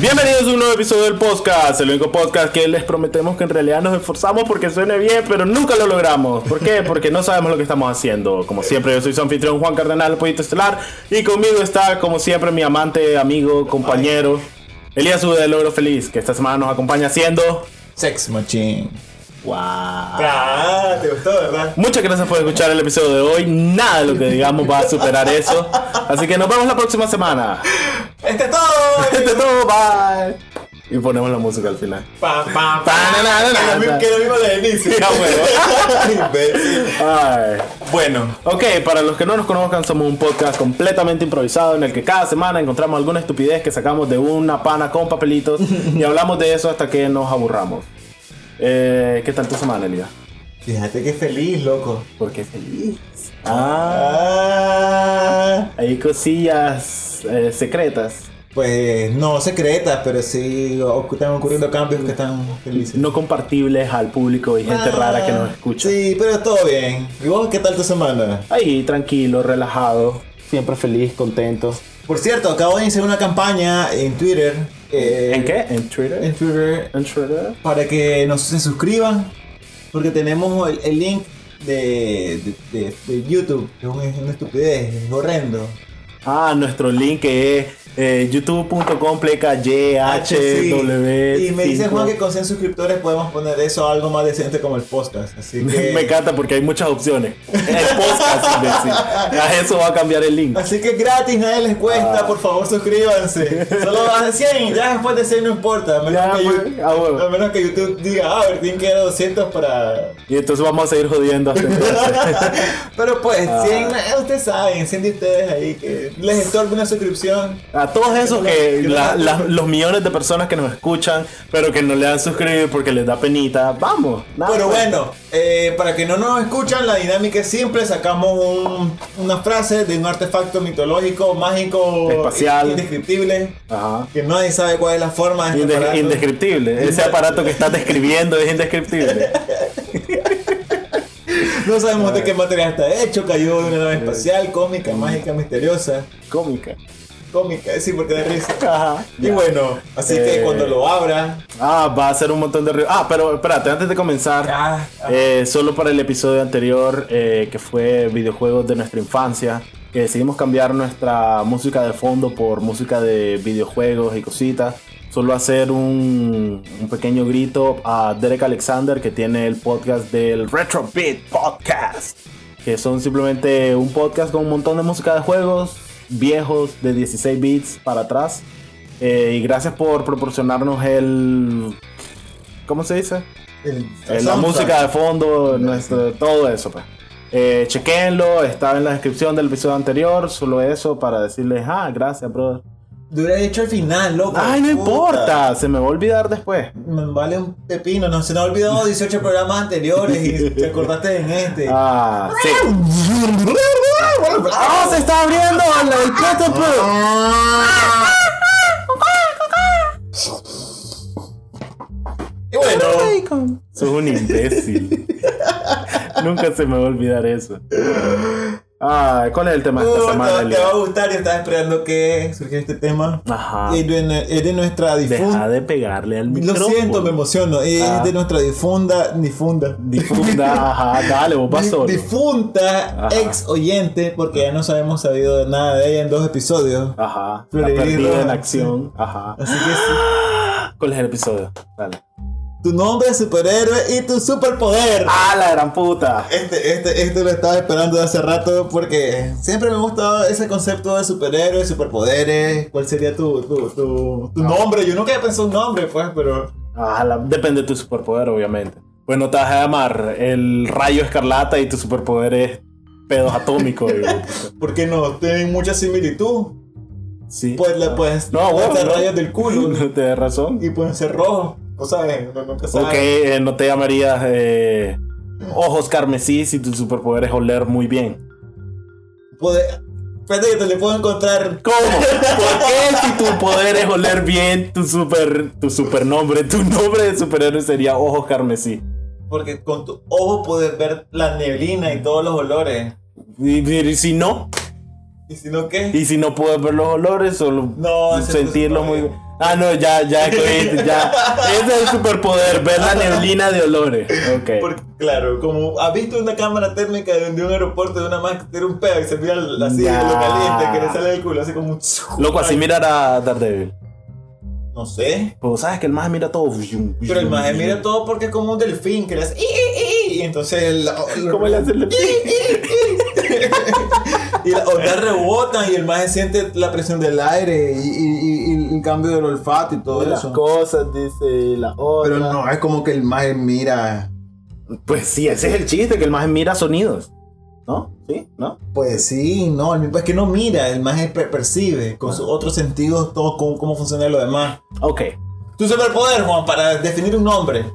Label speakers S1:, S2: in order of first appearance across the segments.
S1: Bienvenidos a un nuevo episodio del podcast, el único podcast que les prometemos que en realidad nos esforzamos porque suene bien, pero nunca lo logramos. ¿Por qué? Porque no sabemos lo que estamos haciendo. Como siempre, yo soy su anfitrión Juan Cardenal, el pollito estelar, y conmigo está, como siempre, mi amante, amigo, compañero, Elías Ude del Logro Feliz, que esta semana nos acompaña haciendo...
S2: Sex Machine.
S1: ¡Wow!
S3: Ah, te gustó, ¿verdad?
S1: Muchas gracias por escuchar el episodio de hoy. Nada de lo que digamos va a superar eso. Así que nos vemos la próxima semana.
S3: Este es todo.
S1: Gente, todo, bye. Y ponemos la música al final.
S3: Pa, pa,
S1: Pa, na, na, na,
S3: Que
S1: na,
S3: lo mismo-
S1: na.
S3: Que lo mismo la de inicio.
S1: Ya,
S3: Imbécil.
S1: Ay.
S3: Bueno,
S1: Ok, para los que no nos conozcan, somos un podcast completamente improvisado en el que cada semana encontramos alguna estupidez que sacamos de una pana con papelitos y hablamos de eso hasta que nos aburramos. Eh, ¿Qué tal tu semana, Elida?
S3: fíjate que feliz, loco.
S1: Porque feliz. Ah,
S3: Ah,
S1: hay cosillas eh, secretas,
S3: pues no secretas, pero sí ocu- están ocurriendo cambios que están felices.
S1: no compartibles al público y gente
S3: Ah,
S1: rara que nos escucha.
S3: Sí, pero todo bien. ¿Y vos qué tal tu semana?
S1: Ahí, tranquilo, relajado.
S2: Siempre feliz, contento.
S3: Por cierto, acabo de iniciar una campaña en Twitter. eh,
S1: ¿En qué? ¿En Twitter?
S3: En Twitter
S1: ¿En Twitter?
S3: para que nos se suscriban porque tenemos el, el link de, de- de- de YouTube que es un- es una estupidez es horrendo
S1: Ah, nuestro link que es eh, youtube.com pleca YHW.
S3: y me dice Juan que con 100 suscriptores podemos poner eso a algo más decente como el podcast así que
S1: Me encanta porque hay muchas opciones. El podcast, imbécil. A eso va a cambiar el link.
S3: Así que gratis, nadie les cuesta,
S1: Ah.
S3: por favor suscríbanse. Solo bajen 100, ya después de 100 no importa. A menos,
S1: Ya,
S3: que,
S1: pues,
S3: YouTube,
S1: a huevo.
S3: a menos que YouTube diga, ah, Bertín queda 200 para...
S1: Y entonces vamos a este seguir jodiendo hasta entonces.
S3: Pero pues,
S1: Ah.
S3: 100, eh, ustedes saben, 100 de ustedes ahí que les estorba una suscripción.
S1: A todos esos que
S3: Que no-
S1: la-
S3: que no-
S1: la- los millones de personas que nos escuchan, pero que no le dan suscribir porque les da penita, vamos. nada
S3: Pero
S1: más.
S3: bueno, eh, para que no nos escuchan, la dinámica es simple. Sacamos un- una frase de un artefacto mitológico, mágico,
S1: Espacial.
S3: indescriptible.
S1: Ajá.
S3: Que nadie sabe cuál es la forma de este
S1: Inde-
S3: aparato.
S1: indescriptible. Ese aparato que estás describiendo es indescriptible.
S3: No sabemos
S1: Ah.
S3: de qué material está hecho. Cayó de una nave espacial, cómica,
S1: Mm.
S3: mágica, misteriosa.
S1: Cómica.
S3: Cómica, sí, porque da risa.
S1: Ajá.
S3: Y bueno, así
S1: Eh.
S3: que cuando lo abra.
S1: Ah, va a ser un montón de ruido. Ah, pero espérate, antes de comenzar,
S3: Ah, ah.
S1: eh, solo para el episodio anterior, eh, que fue videojuegos de nuestra infancia, que decidimos cambiar nuestra música de fondo por música de videojuegos y cositas. Solo hacer un, un pequeño grito a Derek Alexander, que tiene el podcast del Retro Beat Podcast, que son simplemente un podcast con un montón de música de juegos viejos de 16 bits para atrás. Eh, y gracias por proporcionarnos el. ¿Cómo se dice?
S3: el-
S1: Eh,
S3: el
S1: la
S3: soundtrack.
S1: música de fondo, nuestro, todo eso. Pues. Eh, chequenlo, estaba en la descripción del episodio anterior. Solo eso para decirles, ah, gracias, brother.
S3: Lo hubiera dicho al final, loco.
S1: Ay, no
S3: puta.
S1: importa, se me va a olvidar después.
S3: Me vale un pepino, no se nos ha olvidado 18 programas anteriores y te acordaste en este.
S1: Ah, sí. ¡Ah, se está abriendo la- el plato! pues!
S3: Ah. Y bueno,
S1: Sos un imbécil. Nunca se me va a olvidar eso. Ah, ¿cuál es el tema de esta
S3: no,
S1: semana,
S3: te, te va a
S1: Elías?
S3: gustar, yo estaba esperando que surgiera este tema.
S1: Ajá.
S3: Es de, nue- es de nuestra
S1: Ah. Deja
S3: difunda.
S1: de pegarle al
S3: Lo
S1: micrófono.
S3: siento, me emociono. Es
S1: Ah.
S3: de nuestra difunda, difunda.
S1: Difunda, ajá, dale, vos vas
S3: Di-
S1: solo.
S3: Difunta
S1: Ajá.
S3: ex oyente, porque ya no sabemos sabido de nada de ella en dos episodios.
S1: Ajá. La
S3: Florida,
S1: perdida en
S3: sí.
S1: acción. Ajá.
S3: Así que
S1: Ah.
S3: sí.
S1: ¿Cuál es el episodio? Dale.
S3: tu nombre es superhéroe y tu superpoder.
S1: ¡Ah, la gran puta!
S3: Este, este, este lo estaba esperando de hace rato porque siempre me ha gustado ese concepto de superhéroes, superpoderes. ¿Cuál sería tu, tu, tu, tu nombre? Yo nunca he pensado un nombre, pues, pero.
S1: Ah, la- depende de tu superpoder, obviamente. Pues no te vas a llamar el rayo escarlata y tu superpoder es pedos atómicos. digo.
S3: Porque no, tienen mucha similitud.
S1: sí.
S3: Pues le puedes
S1: No, bueno,
S3: hacer
S1: no.
S3: rayas del culo
S1: No tienes razón.
S3: y pueden ser rojos. O sabes, no, nunca sabes.
S1: Ok, eh, no te llamarías eh, ojos carmesí si tu superpoder es oler muy bien.
S3: Puede- Espérate que te le puedo encontrar.
S1: ¿Cómo? ¿Por qué si tu poder es oler bien, tu super, tu supernombre, tu nombre de superhéroe sería ojos carmesí?
S3: Porque con tu ojo puedes ver la neblina y todos los olores.
S1: Y- y si no,
S3: ¿Y si no qué?
S1: Y si no puedes ver los olores, solo
S3: No, ese no se
S1: sentirlos
S3: puede.
S1: muy bien. Ah, no, ya, ya, estoy- ya. Ese es el superpoder, ver la neblina de olores. Ok.
S3: Porque, claro, como has visto una cámara térmica de, de un aeropuerto de una más que tiene un pedo que se mira la- así,
S1: Ya.
S3: lo caliente, que le sale del culo, así como un.
S1: Loco, así mirar a Daredevil.
S3: No sé.
S1: Pues sabes que el más mira todo.
S3: Pero el maje mira todo porque es como un delfín que le hace. "Ii, ii, ii", Y entonces el.
S1: ¿Cómo le hace el delfín?
S3: Y las ondas rebotan y el maje siente la presión del aire y, y, y- y el cambio del olfato y todo
S4: Las
S3: eso.
S4: cosas, dice, y las otras.
S3: Pero no, es como que el maje mira.
S1: Pues sí, ese es el chiste, que el más mira sonidos. ¿No? ¿Sí? ¿No?
S3: Pues sí, no, el- es que no mira, el maje per- percibe con sus otros sentidos todo cómo, cómo funciona lo demás.
S1: Ok.
S3: Tu superpoder, Juan, para definir un nombre.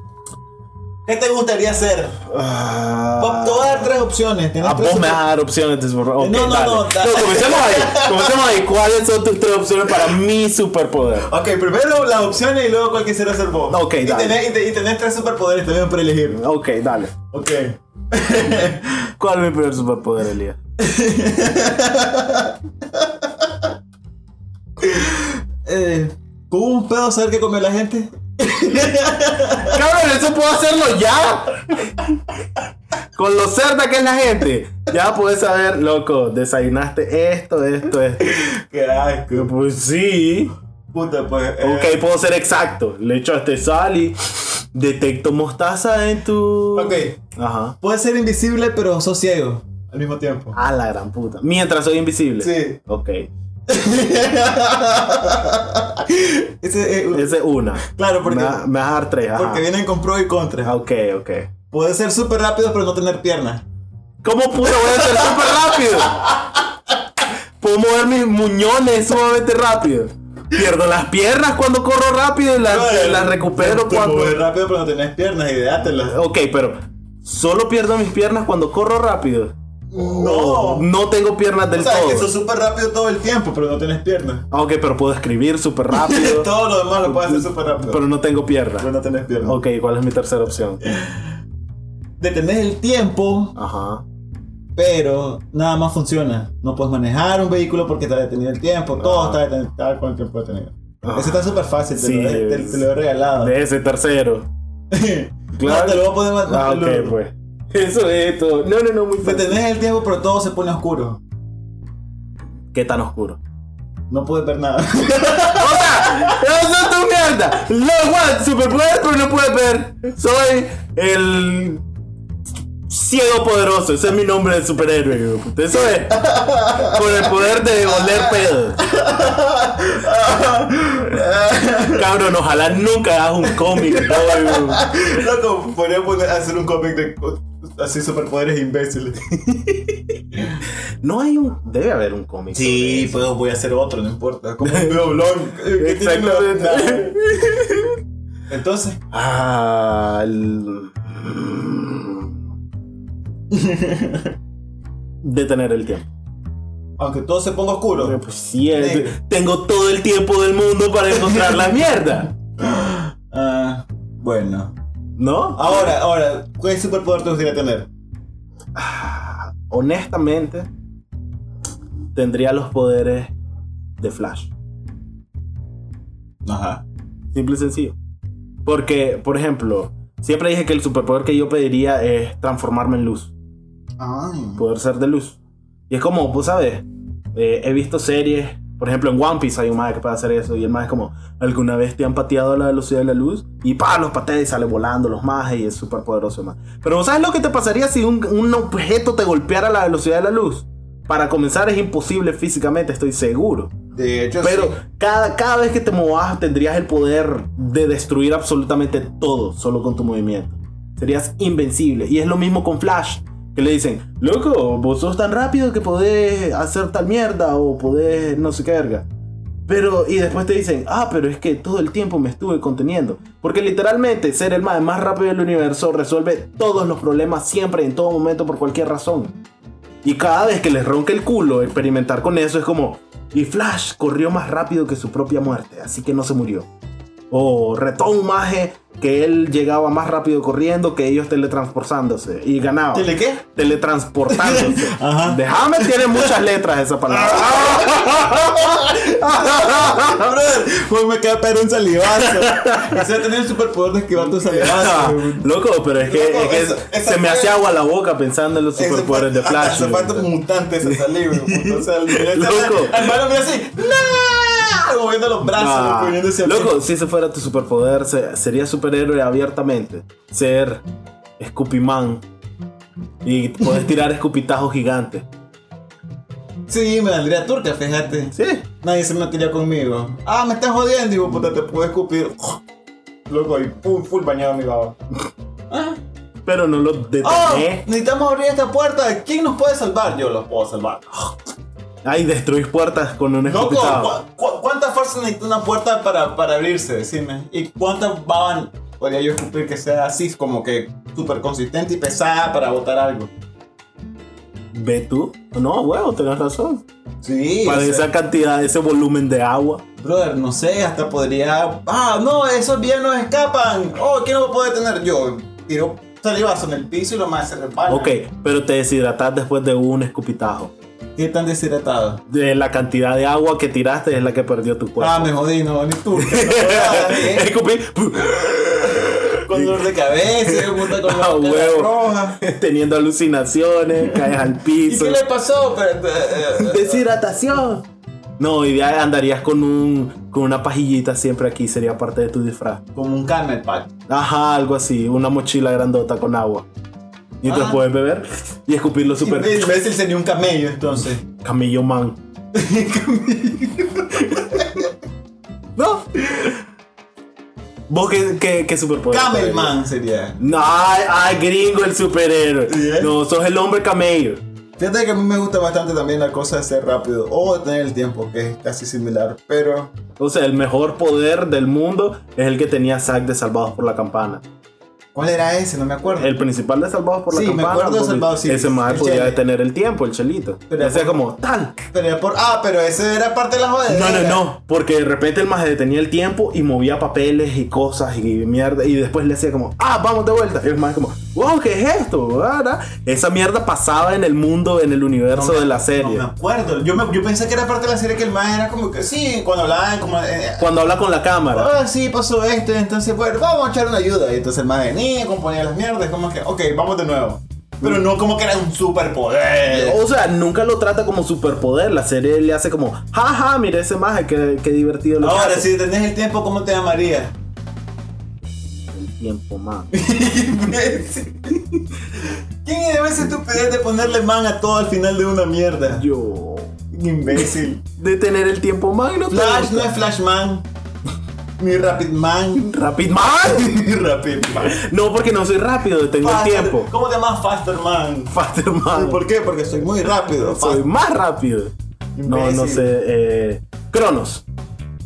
S3: ¿Qué te gustaría hacer? Pop- Te voy a dar tres opciones. tienes
S1: Ah,
S3: tres
S1: vos me
S3: super-
S1: vas a dar opciones de superpoder. Ok,
S3: No, no,
S1: dale.
S3: no, dale.
S1: comencemos ahí. Comencemos ahí. ¿Cuáles son tus tres opciones para mi superpoder?
S3: Ok, primero las opciones y luego cuál quisiera ser vos.
S1: Ok,
S3: y
S1: dale.
S3: tenés, y, te- y tenés tres superpoderes también para elegir.
S1: Ok, dale.
S3: Ok.
S1: ¿Cuál es mi primer superpoder, Elías?
S3: Eh, ¿Hubo un pedo saber qué comió la gente?
S1: Cabrón, eso puedo hacerlo ya. Con lo cerda que es la gente. Ya puedes saber, loco, desayunaste esto, esto, esto.
S3: Qué asco.
S1: Pues sí.
S3: Puta, pues. eh,
S1: Ok, puedo ser exacto. Le echaste sal y detecto mostaza en tu.
S3: Ok.
S1: Ajá.
S3: Puedes ser invisible, pero sos ciego al mismo tiempo.
S1: A la gran puta. Mientras soy invisible.
S3: Sí.
S1: Ok.
S3: Ese, eh,
S1: Esa es una.
S3: Claro, porque-
S1: Me, va- me vas a dar tres. Ajá.
S3: porque vienen con pro y contra.
S1: Ah, Ok, ok.
S3: Puedes ser súper rápido, pero no tener piernas.
S1: ¿Cómo puto voy a ser súper rápido? Puedo mover mis muñones sumamente rápido. Pierdo las piernas cuando corro rápido y las,
S3: Bueno,
S1: las recupero
S3: te
S1: cuando.
S3: mueves rápido, pero no tenés piernas, ideátela.
S1: Ok, pero. Solo pierdo mis piernas cuando corro rápido.
S3: No.
S1: No tengo piernas del
S3: O sea,
S1: todo.
S3: que sos súper rápido todo el tiempo, pero no tenés piernas.
S1: Ah, Ok, pero puedo escribir súper rápido.
S3: todo lo demás lo puedes hacer súper rápido.
S1: pero no tengo
S3: Pero
S1: piernas.
S3: no tenés piernas.
S1: Ok, ¿cuál es mi tercera opción?
S3: Detenés el tiempo,
S1: Ajá.
S3: pero nada más funciona. No puedes manejar un vehículo porque está detenido el tiempo. Todo
S1: Ah.
S3: está detenido está con el tiempo detenido.
S1: Ah.
S3: Ese está súper fácil, te,
S1: Sí,
S3: lo, te-
S1: es-
S3: te lo he regalado.
S1: De ese tercero.
S3: No, te lo voy a poner más
S1: Ah,
S3: más-
S1: ok,
S3: lo-
S1: pues. Eso es todo. No, no, no, muy fácil.
S3: Detenés el tiempo, pero todo se pone oscuro.
S1: ¿Qué tan oscuro?
S3: No puedes ver nada.
S1: ¡O sea! ¡Eso es tu mierda! Lo igual, superpoder, pero no puedes ver. Soy el. Ciego poderoso, ese es mi nombre de superhéroe. hijo de puta. Eso es. Con el poder de oler pedos. Cabrón, ojalá nunca hagas un cómic, no, hijo.
S3: Loco, podría poner- hacer un cómic de así superpoderes imbéciles.
S1: No hay un. Debe haber un cómic.
S3: Sí, pues voy a hacer otro, no importa. Como un nuevo blog. eh, que tiene una-
S1: Exactamente.
S3: una- Entonces,
S1: Ah, el- Detener el tiempo.
S3: aunque todo se ponga
S1: Porque,
S3: oscuro,
S1: pues, sí, es-
S3: Negro.
S1: tengo todo el tiempo del mundo para encontrar la mierda.
S3: Ah, bueno.
S1: ¿No?
S3: Ahora, ahora, ¿qué superpoder te gustaría tener?
S1: Honestamente, tendría los poderes de Flash.
S3: Ajá.
S1: Simple y sencillo. Porque, por ejemplo, siempre dije que el superpoder que yo pediría es transformarme en luz.
S3: Ay.
S1: poder ser de luz. Y es como, pues, ¿sabes? Eh, he visto series, por ejemplo, en One Piece hay un madre que puede hacer eso. Y el más es como, ¿alguna vez te han pateado a la velocidad de la luz? Y pa, los patea y sale volando los mages y es súper poderoso. más Pero ¿sabes lo que te pasaría si un, un objeto te golpeara a la velocidad de la luz? Para comenzar es imposible físicamente, estoy seguro.
S3: De hecho,
S1: Pero
S3: sí.
S1: cada, cada vez que te movas tendrías el poder de destruir absolutamente todo solo con tu movimiento. Serías invencible. Y es lo mismo con Flash. Que le dicen, loco, vos sos tan rápido que podés hacer tal mierda o podés no sé qué verga. Pero, y después te dicen, ah, pero es que todo el tiempo me estuve conteniendo. Porque literalmente ser el más, más rápido del universo resuelve todos los problemas siempre, en todo momento, por cualquier razón. Y cada vez que les ronca el culo experimentar con eso es como, y Flash corrió más rápido que su propia muerte, así que no se murió. O retó a un maje que él llegaba más rápido corriendo que ellos teletransportándose y ganaba.
S3: ¿Tele qué?
S1: teletransportándose.
S3: Ajá.
S1: Déjame, tiene muchas letras esa palabra. Ah.
S3: Brother, Juan me acaba de pegar un salivazo. Quisiera tener el superpoder de esquivar tu salivazo.
S1: Loco, pero es que,
S3: Loco,
S1: es que
S3: esa- esa
S1: se me
S3: fue- ah,
S1: hace agua la boca pensando en los
S3: Ese
S1: superpoderes de
S3: fa-
S1: Flash.
S3: Hace falta un mutante esa saliva. puto. O sea, el- el- el-
S1: Loco.
S3: El hermano mira así. ¡No! Moviendo los brazos,
S1: Ah,
S3: loco, viniendo hacia
S1: loco, si ese fuera tu superpoder, se- sería superhéroe abiertamente. Ser Scoopyman. Y puedes tirar escupitajos gigantes.
S3: Sí, me valdría turca, fíjate.
S1: Sí.
S3: Nadie se metería conmigo. Ah, me estás jodiendo, hijo de puta, te puedo escupir. Loco, y pum, full bañado mi baba.
S1: Pero no lo
S3: ¡Oh!
S1: detené.
S3: Necesitamos abrir esta puerta. ¿Quién nos puede salvar? Yo los puedo salvar.
S1: Ay, destruís puertas con un
S3: Loco,
S1: escupitajo.
S3: ¿cu- cu- cuánta fuerza necesita una puerta para, para abrirse? Decime. ¿Y cuántas baban podría yo escupir que sea así, como que súper consistente y pesada para botar algo?
S1: Ve tú. No, huevo, tenés razón.
S3: Sí.
S1: Para
S3: o sea,
S1: esa cantidad, ese volumen de agua.
S3: Brother, no sé, hasta podría. ¡Ah, no! ¡Esos villanos escapan! ¡Oh, ¿quién lo puede detener? Yo tiro salivazo en el piso y lo más se repara.
S1: Ok, pero te deshidratas después de un escupitajo.
S3: ¿Qué tan deshidratado?
S1: De la cantidad de agua que tiraste es la que perdió tu
S3: Ah,
S1: cuerpo.
S3: me jodí, no, ni tú. ¿eh?
S1: Escupí.
S3: Con dolor de cabeza, puta, con la
S1: Ah,
S3: cara
S1: huevo.
S3: roja.
S1: teniendo alucinaciones, caes al
S3: ¿Y
S1: piso.
S3: qué le pasó? Pero, eh, eh,
S1: Deshidratación. No, y ya andarías con un con una pajillita siempre aquí, sería parte de tu disfraz.
S3: como un camel pack.
S1: Ajá, algo así, una mochila grandota con agua. Y te
S3: Ah.
S1: puedes beber y escupir los super
S3: El imbécil sería un camello entonces.
S1: Camillo man. no. ¿Vos qué, qué, qué superpoder?
S3: Camel man sería.
S1: No, ay, ay, gringo el superhéroe.
S3: Sí, ¿eh?
S1: No, sos el hombre camello.
S3: Fíjate que a mí me gusta bastante también la cosa de ser rápido o de tener el tiempo, que es casi similar, pero
S1: O sea, el mejor poder del mundo es el que tenía Zack de Salvados por la Campana.
S3: ¿Cuál era ese? No me acuerdo.
S1: El principal de Salvados por la
S3: Sí, me
S1: Campana.
S3: acuerdo de
S1: porque
S3: Salvados, sí,
S1: Ese
S3: el
S1: mal podía
S3: chele.
S1: detener el tiempo, el chelito.
S3: Pero-
S1: Pero hacía como tal.
S3: Pero era por... Ah, pero ese era parte de la
S1: No,
S3: jodedera.
S1: no, no. Porque de repente el maje detenía el tiempo y movía papeles y cosas y mierda. Y después le hacía como, ah, vamos de vuelta. Y el maje como, wow, ¿qué es esto? Ahora, Esa mierda pasaba en el mundo, en el universo de la
S3: No
S1: serie.
S3: me acuerdo. Yo, me- yo pensé que era parte de la serie que el man era como que sí, cuando hablaban como. eh,
S1: Cuando habla con la cámara.
S3: Ah, sí, pasó esto, entonces, bueno, vamos a echar una ayuda. Y entonces el man venía, componía las mierdas, como que, ok, vamos de nuevo. Pero
S1: Mm.
S3: no como que era un superpoder.
S1: O sea, nunca lo trata como superpoder. La serie le hace como, jaja, ja, mira ese maje, qué, qué divertido lo que
S3: Ahora,
S1: hace".
S3: si tenés el tiempo, ¿cómo te llamaría?
S1: El tiempo, man.
S3: ¿Quién debe esa estupidez de ponerle man a todo al final de una mierda?
S1: Yo.
S3: Imbécil.
S1: Detener el tiempo, man. No te
S3: Flash
S1: gusta.
S3: no es Flashman. Ni Rapid Man.
S1: Rapid Man.
S3: Ni Rapid Man.
S1: No, porque no soy rápido, detengo el
S3: Faster-
S1: tiempo.
S3: ¿Cómo te llamas Faster Man?
S1: Faster Man.
S3: ¿Por qué? Porque soy muy rápido.
S1: Soy
S3: fast-
S1: más rápido. No, no
S3: Imbécil.
S1: sé. Eh, Cronos.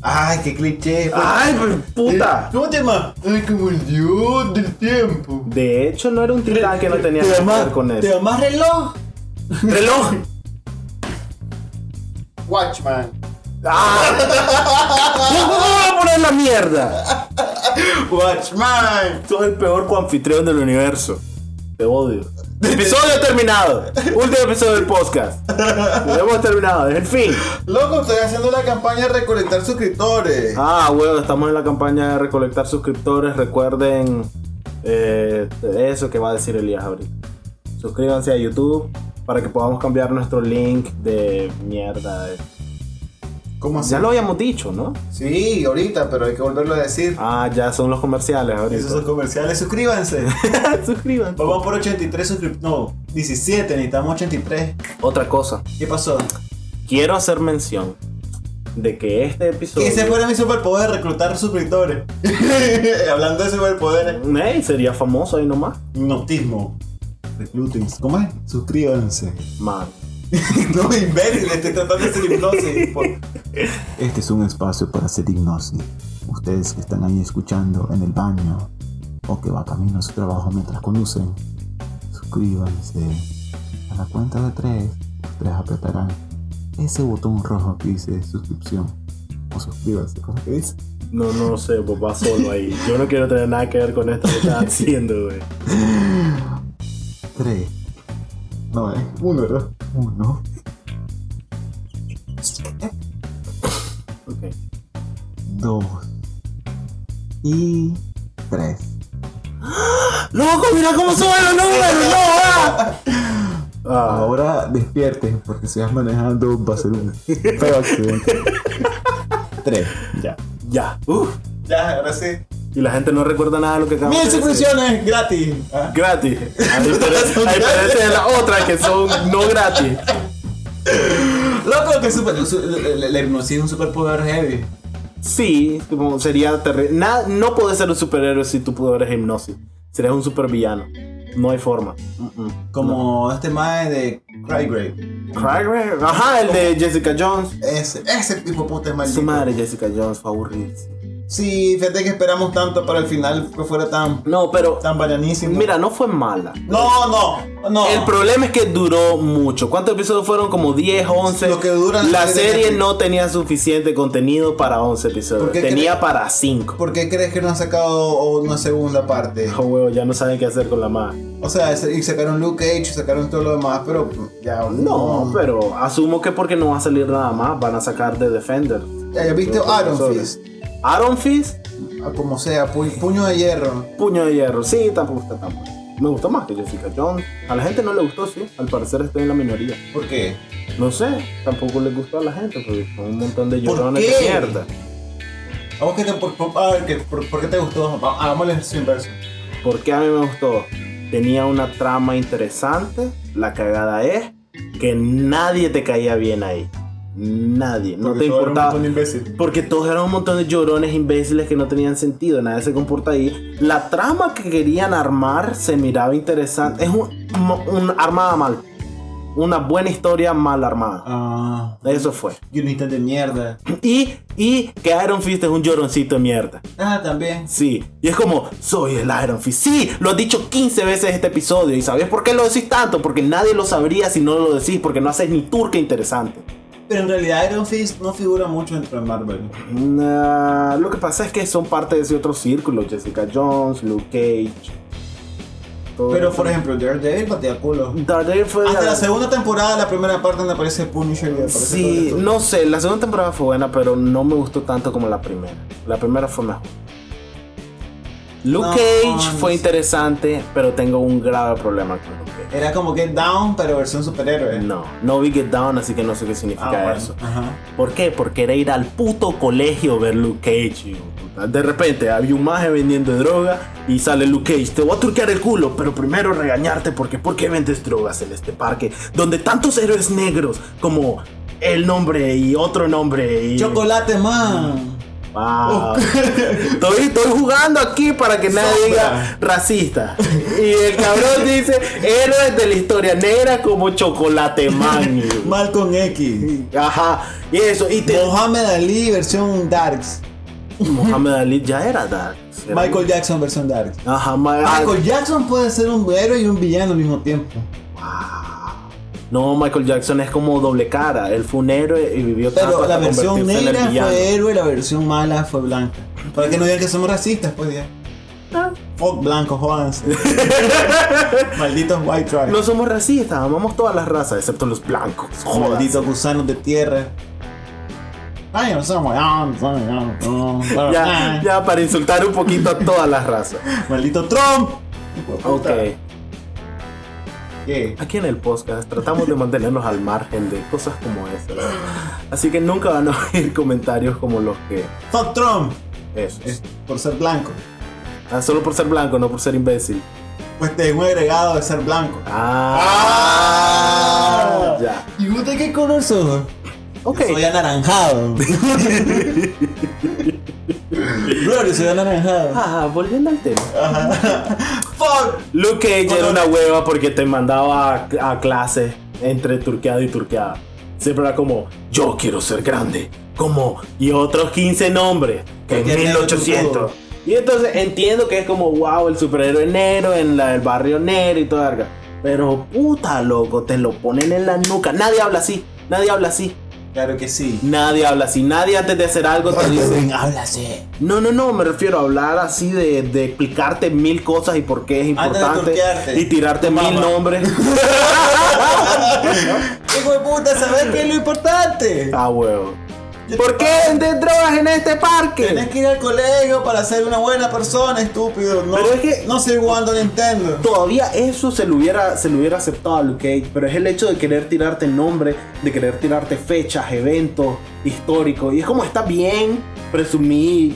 S3: Ay, qué cliché. pues.
S1: Ay, pues, puta.
S3: ¿Cómo te llamas? Ay, como el dios del tiempo.
S1: De hecho, no era un titán que no tenía
S3: ¿Te
S1: nada que
S3: llamas-
S1: ver con
S3: ¿Te
S1: eso.
S3: llamas reloj?
S1: Reloj.
S4: Watchman.
S1: Ah. ¡No voy a poner la mierda!
S3: Watchman.
S1: Sos el peor coanfitrión del universo. Te odio. Episodio terminado. Último episodio del podcast. Lo hemos terminado. En fin.
S3: Loco, estoy haciendo la campaña de recolectar suscriptores.
S1: Ah, bueno, estamos en la campaña de recolectar suscriptores. Recuerden eh, eso que va a decir Elías ahorita. Suscríbanse a YouTube para que podamos cambiar nuestro link de mierda.
S3: ¿Cómo así?
S1: Ya lo habíamos dicho, ¿no?
S3: Sí, ahorita, pero hay que volverlo a decir.
S1: Ah, ya son los comerciales
S3: Esos son
S1: ahorita.
S3: comerciales, suscríbanse.
S1: Suscríbanse.
S3: Vamos por 83 suscriptores. No, 17, necesitamos 83.
S1: Otra cosa.
S3: ¿Qué pasó?
S1: Quiero hacer mención de que este
S3: Y
S1: episodio...
S3: ese fuera mi superpoder, reclutar suscriptores. Hablando de superpoderes.
S1: Ey, sería famoso ahí nomás.
S3: Noctismo. Recluten. ¿Cómo es? Suscríbanse.
S1: Man.
S3: no, imbécil, estoy tratando de ser hipnosis. por-
S2: Este es un espacio para hacer hipnosis. Ustedes que están ahí escuchando en el baño o que va camino a su trabajo mientras conducen, suscríbanse. A la cuenta de tres, ustedes apretarán ese botón rojo que dice suscripción. O suscríbanse, ¿cómo que dice?
S1: No, no sé, pues va solo ahí. Yo no quiero tener nada que ver con esto que estás haciendo, güey.
S2: Tres. No, es uno, ¿verdad? Uno. 2 y 3.
S1: ¡Loco, mira cómo suben los números! ¡No! Ah,
S2: Ahora despierten porque si vas manejando va a ser un feo accidente. 3. Ya.
S1: ya. Uf.
S3: Ya, ahora sí.
S1: Y la gente no recuerda nada de lo que acabamos
S3: Mil
S1: de decir.
S3: suscripciones gratis. Ah.
S1: Gratis. A diferencia, a diferencia de las otras que son no gratis.
S3: Loco, que super, su- la, la hipnosis es un superpoder heavy.
S1: Sí, como sería terri- na- no puedes ser un superhéroe si tu poder es hipnosis. Serías un supervillano. No hay forma.
S3: Como este mae de Crygrave.
S1: Crygrave. Ajá, el de Jessica Jones.
S3: Ese, ese tipo de puta es
S1: Su
S3: maldito.
S1: madre Jessica Jones fue aburridísima.
S3: Sí, fíjate que esperamos tanto para el final que fuera tan,
S1: No, pero
S3: tan bananísimo.
S1: mira, no fue mala.
S3: No, no, no.
S1: El problema es que duró mucho. ¿Cuántos episodios fueron? Como 10, 11.
S3: Lo que dura la
S1: la
S3: serie de
S1: serie
S3: Netflix.
S1: no tenía suficiente contenido para 11 episodios.
S3: ¿Por qué
S1: Tenía
S3: cre-
S1: para 5.
S3: ¿Por qué crees que no han sacado una segunda parte?
S1: ya no saben qué hacer con la más.
S3: O sea, se- y sacaron Luke Cage, sacaron todo lo demás, pero ya
S1: No,
S3: Mm.
S1: pero asumo que porque no va a salir nada más, van a sacar de Defender.
S3: Ya, ya viste
S1: Los
S3: Iron
S1: episodios.
S3: Fist,
S1: Iron Fist,
S3: Ah, como sea, pu- puño de hierro.
S1: puño de hierro. Sí, tampoco está tan bueno. Me gustó más que Jessica Jones. A la gente no le gustó, sí. Al parecer estoy en la minoría.
S3: ¿Por qué?
S1: No sé, tampoco le gustó a la gente porque son un montón de
S3: ¿Por
S1: llorones
S3: qué?
S1: de mierda.
S3: ¿A vos qué te, por, por- a ver, que- por- por qué te gustó? Va- Hagámosle ejercicio inverso.
S1: ¿Por qué a mí me gustó? Tenía una trama interesante. La cagada es que nadie te caía bien ahí. Nadie. No
S3: Porque
S1: te
S3: todo era un
S1: importaba.
S3: montón de imbécil.
S1: Porque todos eran un montón de llorones imbéciles que no tenían sentido, nadie se comporta ahí. La trama que querían armar se miraba interesante. Es un, mo- un- armada mal. Una buena historia mal armada.
S3: Ah,
S1: Eso fue.
S3: guionistas de mierda.
S1: Y, y que Iron Fist es un lloroncito de mierda.
S3: Ah, también.
S1: Sí. Y es como, soy el Iron Fist. Sí, lo has dicho 15 veces este episodio. ¿Y sabes por qué lo decís tanto? Porque nadie lo sabría si no lo decís, porque no haces ni turca interesante.
S3: Pero en realidad Iron Fist no figura mucho dentro de Marvel.
S1: Nah, lo que pasa es que son parte de ese otro círculo, Jessica Jones, Luke Cage. todo
S3: Pero
S1: eso.
S3: por ejemplo, Daredevil patea culo.
S1: Daredevil fue
S3: Hasta la segunda temporada, la primera parte donde aparece Punisher y aparece todo
S1: Sí,
S3: esto.
S1: no sé, la segunda temporada fue buena, pero no me gustó tanto como la primera. La primera fue mejor. Luke
S3: No,
S1: Cage
S3: no
S1: fue
S3: sé.
S1: interesante, pero tengo un grave problema con Luke Cage.
S3: Era como Get Down, pero versión superhéroe.
S1: Eh, No, no vi Get Down, así que no sé qué
S3: Ah,
S1: significa
S3: bueno.
S1: eso.
S3: Ajá.
S1: ¿Por qué? Porque era ir al puto colegio ver Luke Cage. hijo de puta. De repente había un maje vendiendo droga y sale Luke Cage. Te voy a turquear el culo, pero primero regañarte porque ¿por qué vendes drogas en este parque? Donde tantos héroes negros como el nombre y otro nombre y...
S3: Chocolate Oh. Man.
S1: Wow. estoy, estoy jugando aquí para que nadie
S3: Sombra.
S1: diga racista. Y el cabrón dice héroes de la historia negra como Chocolate Man. hijo.
S3: Malcolm X.
S1: Ajá. Y eso. Y te,
S3: Mohamed Ali, versión Darks.
S1: Mohamed Ali ya era Dark. Era-
S3: Michael Jackson, versión Darks.
S1: Ajá, Ma-
S3: Michael Jackson puede ser un héroe y un villano al mismo tiempo.
S1: Ah, No, Michael Jackson es como doble cara. Él fue un héroe y vivió tanto
S3: Pero
S1: pues hasta
S3: la versión
S1: convertirse en el
S3: negra
S1: villano.
S3: fue héroe, la versión mala fue blanca. Para que no digan que somos racistas, pues ya. Fuck blanco, jódanse. Malditos white trash.
S1: No somos racistas, amamos todas las razas, excepto los blancos.
S3: Ah.
S1: Joder.
S3: Malditos gusanos de tierra. Ay, no somos. ah, no somos, ah, no, bueno,
S1: Ya,
S3: ah.
S1: ya, para insultar un poquito a todas las razas.
S3: Maldito Trump.
S1: Ok.
S3: ¿Qué?
S1: Aquí en el podcast tratamos de mantenernos al margen de cosas como esas. Así que nunca van a oír comentarios como los que.
S3: Fuck Trump.
S1: Esos.
S3: Es por ser blanco.
S1: Ah, solo por ser blanco, no por ser imbécil.
S3: Pues te un agregado de ser blanco.
S1: Ah.
S3: Ah.
S1: Ya.
S3: ¿Y usted qué color sos?
S1: Ok.
S3: Soy anaranjado. Bro, yo soy anaranjado.
S1: Ah, volviendo al tema.
S3: Fuck.
S1: Luke Cage era una hueva porque te mandaba a, a clase entre turqueada y turqueada. Siempre era como, yo quiero ser grande, como, y otros 15 nombres, que en
S3: Que tiene
S1: 1800.
S3: tu-
S1: Y entonces entiendo que es como, wow, el superhéroe negro en la, el barrio negro y toda la verga. Pero puta, loco, te lo ponen en la nuca. Nadie habla así, nadie habla así,
S3: Claro que sí.
S1: nadie habla así. Nadie antes de hacer algo te dice,
S3: háblase.
S1: no, no, no, me refiero a hablar así de, de explicarte mil cosas y por qué es
S3: Antes Ah, de
S1: importante
S3: turquearte.
S1: y tirarte
S3: Tu
S1: mil
S3: mamá.
S1: nombres.
S3: Hijo de puta, ¿sabes qué es lo importante?
S1: ah, huevo. ¿Por qué vendes drogas en este
S3: Tenés
S1: parque?
S3: que ir al colegio para ser una buena persona, estúpido. No,
S1: Pero es que-
S3: no soy jugando a Nintendo.
S1: Todavía eso se le hubiera, se le hubiera aceptado a Luke Cage, pero es el hecho de querer tirarte el nombre, de querer tirarte fechas, eventos históricos. Y es como está bien presumir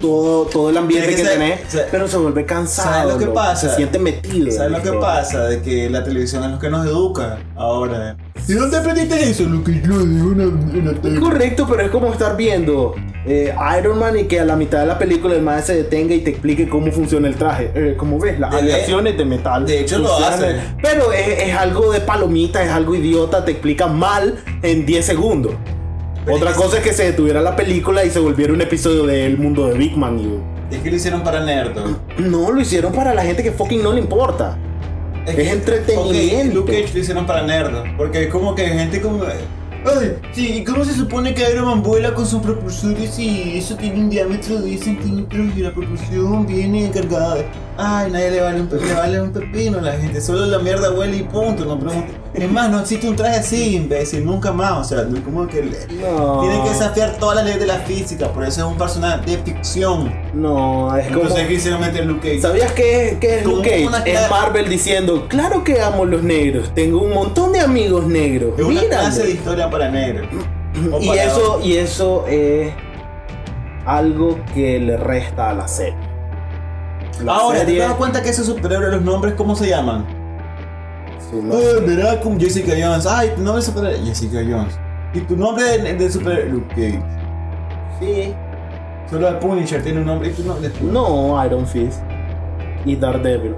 S1: todo, todo el ambiente
S3: Es
S1: que,
S3: que se-
S1: tenés,
S3: se-
S1: pero se vuelve cansado.
S3: ¿Sabes lo que
S1: loco.
S3: pasa?
S1: Se siente metido.
S3: ¿Sabes
S1: en
S3: lo
S1: la
S3: que
S1: historia.
S3: pasa? De que la televisión es lo que nos educa ahora.
S4: ¿De dónde aprendiste eso? Lo que yo de una, en la tele.
S1: Correcto, pero es como estar viendo eh, Iron Man y que a la mitad de la película el maestro se detenga y te explique cómo funciona el traje. Eh, como ves, las
S3: De-
S1: aleaciones de metal.
S3: de hecho lo
S1: funcionan
S3: hacen.
S1: en- Pero es, es algo de palomita, es algo idiota, te explica mal en 10 segundos.
S3: Pero
S1: Otra
S3: es que-
S1: cosa es que se detuviera la película y se volviera un episodio de El Mundo de Big Man. y-
S3: Es que lo hicieron para nerdos.
S1: No, lo hicieron para la gente que fucking no le importa. Es
S3: que-
S1: entretenimiento.
S3: ok, Luke Cage lo hicieron para nerdos. Porque es como que gente como. Ay, sí, ¿y ¿cómo se supone que Iron Man vuela con sus propulsores y eso tiene un diámetro de 10 centímetros y la propulsión viene cargada? de- Ay, nadie le vale un, pe- le vale un pepino a la gente, solo la mierda huele y punto, no pregunto. Es más, no existe un traje así, imbécil, nunca más, o sea, no- como que... le-
S1: No.
S3: Tiene que desafiar todas las leyes de la física, por eso es un personaje de ficción.
S1: No, es como.
S3: Entonces quisieron meter Luke Cage.
S1: ¿Sabías qué es, qué es
S3: Como
S1: Luke Cage?
S3: una
S1: Es
S3: clase-
S1: Marvel diciendo, claro que amo los negros, tengo un montón de amigos negros.
S3: Es una
S1: mírame".
S3: clase de historia para negros. o
S1: Y
S3: para-
S1: eso, y eso es algo que le resta a la serie. La
S3: Ahora, ¿te
S1: serie,
S3: das cuenta que esos superhéroes, los nombres, cómo se llaman?
S1: su nombre-
S3: Eh, verá como Jessica Jones. Ay, tu nombre es superhéroe. Jessica Jones. Y tu nombre de, de superhéroe. Luke Cage.
S1: sí.
S3: Solo el Punisher tiene un nombre. Y tu nombre.
S1: No, Iron Fist. Y Daredevil.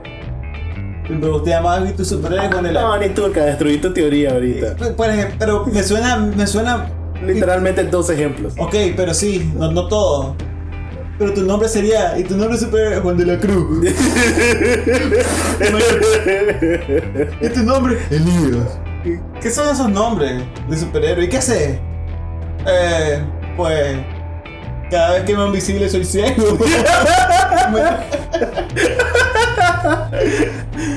S3: Pero usted llamaba a tu superhéroe con el.
S1: No, ni turca, destruí tu teoría ahorita.
S3: Pues, pues, pero me suena. Me suena.
S1: Literalmente dos ejemplos.
S3: Ok, pero sí, no, no todo. Pero tu nombre sería. Y tu nombre es superhéroe Juan de la Cruz. y tu nombre. Elías. ¿Qué son esos nombres de superhéroe? ¿Y qué haces? Eh. Pues. Cada vez que me veo invisible soy ciego.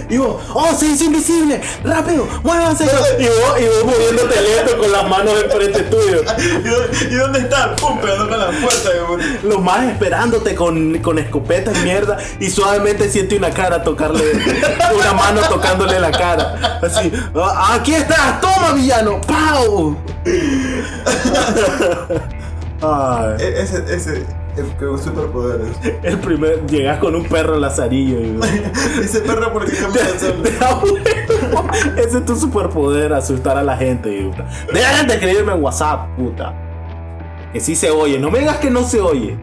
S1: Y vos, ¡oh, se hizo invisible! ¡Rápido! ¡Muévanse! y vos, y vos moviéndote lento con las manos enfrente tuyo.
S3: ¿Y dónde- ¿Y dónde está? Pum, pegando con la puerta. güey.
S1: Los más esperándote con, con escopeta y mierda. Y suavemente siente una cara tocarle. Una mano tocándole la cara. Así. "Ah, ¡Aquí estás! ¡Toma, villano! ¡Pau! Ay,
S3: E- Ese. Ese. El que superpoderes.
S1: el primer. Llegas con un perro lazarillo. Y,
S3: Ese perro, porque cambia de solo?
S1: Ese es tu superpoder, asustar a la gente. y- Dejen de escribirme en WhatsApp, puta. Que sí se oye. No me digas que no se oye.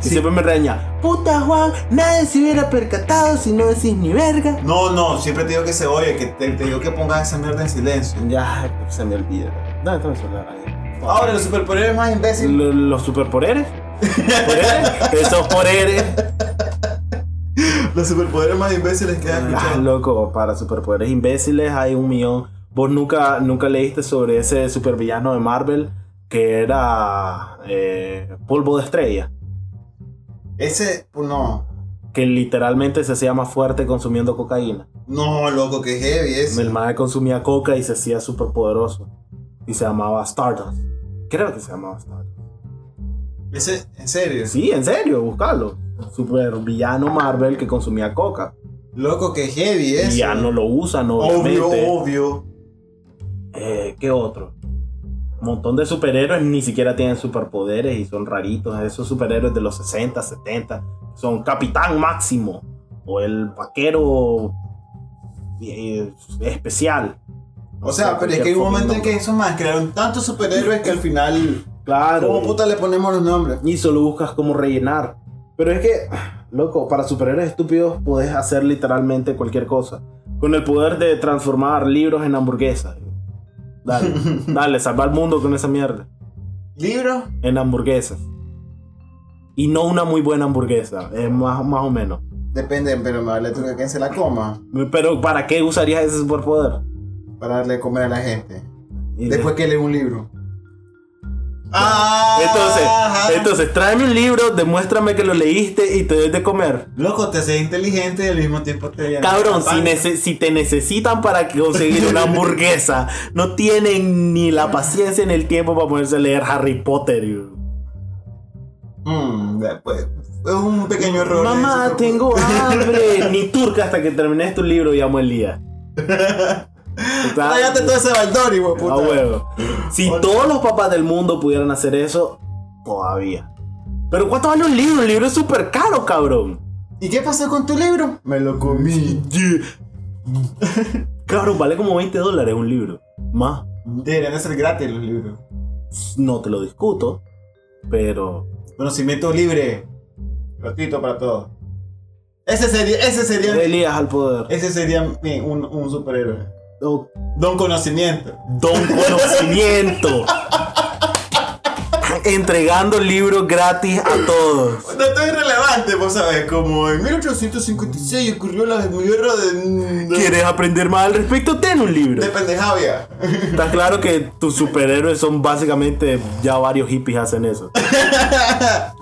S1: Si siempre me reña. Puta Juan, nadie se hubiera percatado si no decís ni verga.
S3: No, no, siempre te digo que se oye, que te, te digo que pongas esa mierda en silencio.
S1: Ya se me olvida. Dame todo el celular ahí.
S3: Ahora, los superpoderes más imbéciles.
S1: Lo- los superpoderes. ¿Poderes? Esos poderes.
S3: Los superpoderes más imbéciles que has
S1: Ah,
S3: escuchado.
S1: loco, para superpoderes imbéciles hay un millón. Vos nunca, nunca leíste sobre ese supervillano de Marvel que era eh, polvo de estrella.
S3: Ese, pues, no.
S1: Que literalmente se hacía más fuerte consumiendo cocaína.
S3: No, loco, que heavy
S1: El
S3: ese.
S1: madre consumía coca y se hacía súper poderoso. Y se llamaba Stardust. Creo que se llamaba Stardust.
S3: Ese, en serio.
S1: Sí, en serio, buscalo. Supervillano Marvel que consumía coca.
S3: Loco, que heavy
S1: Y
S3: ese.
S1: ya no lo usan, obviamente.
S3: obvio, obvio.
S1: Eh, ¿Qué otro? Un montón de superhéroes ni siquiera tienen superpoderes y son raritos. Esos superhéroes de los 60, 70 son Capitán Máximo o el vaquero eh, especial.
S3: O sea, pero es que hay un momento en que esos más crearon tantos superhéroes que al final.
S1: Claro.
S3: ¿Cómo puta le ponemos los nombres?
S1: Y solo buscas cómo rellenar. Pero es que, loco, para superhéroes estúpidos podés hacer literalmente cualquier cosa. Con el poder de transformar libros en hamburguesas. Dale, dale, salva al mundo con esa mierda.
S3: ¿Libros?
S1: en hamburguesas. Y no una muy buena hamburguesa, es más, más o menos.
S3: Depende, pero me vale truco que se la coma
S1: Pero ¿para qué usarías ese superpoder?
S3: para darle de comer a la gente.
S1: Y
S3: Después
S1: de-
S3: que lee un libro. Ah,
S1: Entonces,
S3: Ajá.
S1: entonces, tráeme un libro, demuéstrame que lo leíste y te des de comer.
S3: Loco, te haces inteligente y al mismo tiempo te
S1: Cabrón, si,
S3: Capaz.
S1: nece- si te necesitan para que- conseguir una hamburguesa, no tienen ni la paciencia ni el tiempo para ponerse a leer Harry Potter. yo.
S3: Mm, ya, pues, es un pequeño error. de
S1: Mamá,
S3: eso, pero-
S1: tengo hambre. ni turca hasta que termines tu libro y amo el día. Está-
S3: Trágate todo ese Valdori, güey, puta.
S1: a huevo. Si
S3: Oye.
S1: todos los papás del mundo pudieran hacer eso, todavía. Pero ¿cuánto vale un libro? Un libro es súper caro, cabrón.
S3: ¿Y qué pasó con tu libro? Me lo comí.
S1: Cabrón, vale como 20 dólares un libro. Más.
S3: Deberían ser gratis los libros.
S1: No te lo discuto, pero...
S3: Conocimiento libre. Gratuito para todos. Ese sería, ese sería,
S1: Elías al poder.
S3: ese sería mi- un, un superhéroe.
S1: Oh,
S3: Don conocimiento.
S1: Don conocimiento. Entregando libros gratis a todos.
S3: Dato irrelevante, vos sabés, como en 1856 ocurrió la guerra de... de-
S1: ¿Quieres aprender más al respecto? Ten un libro.
S3: de pendejavia.
S1: Está claro que tus superhéroes son básicamente ya varios hippies hacen eso.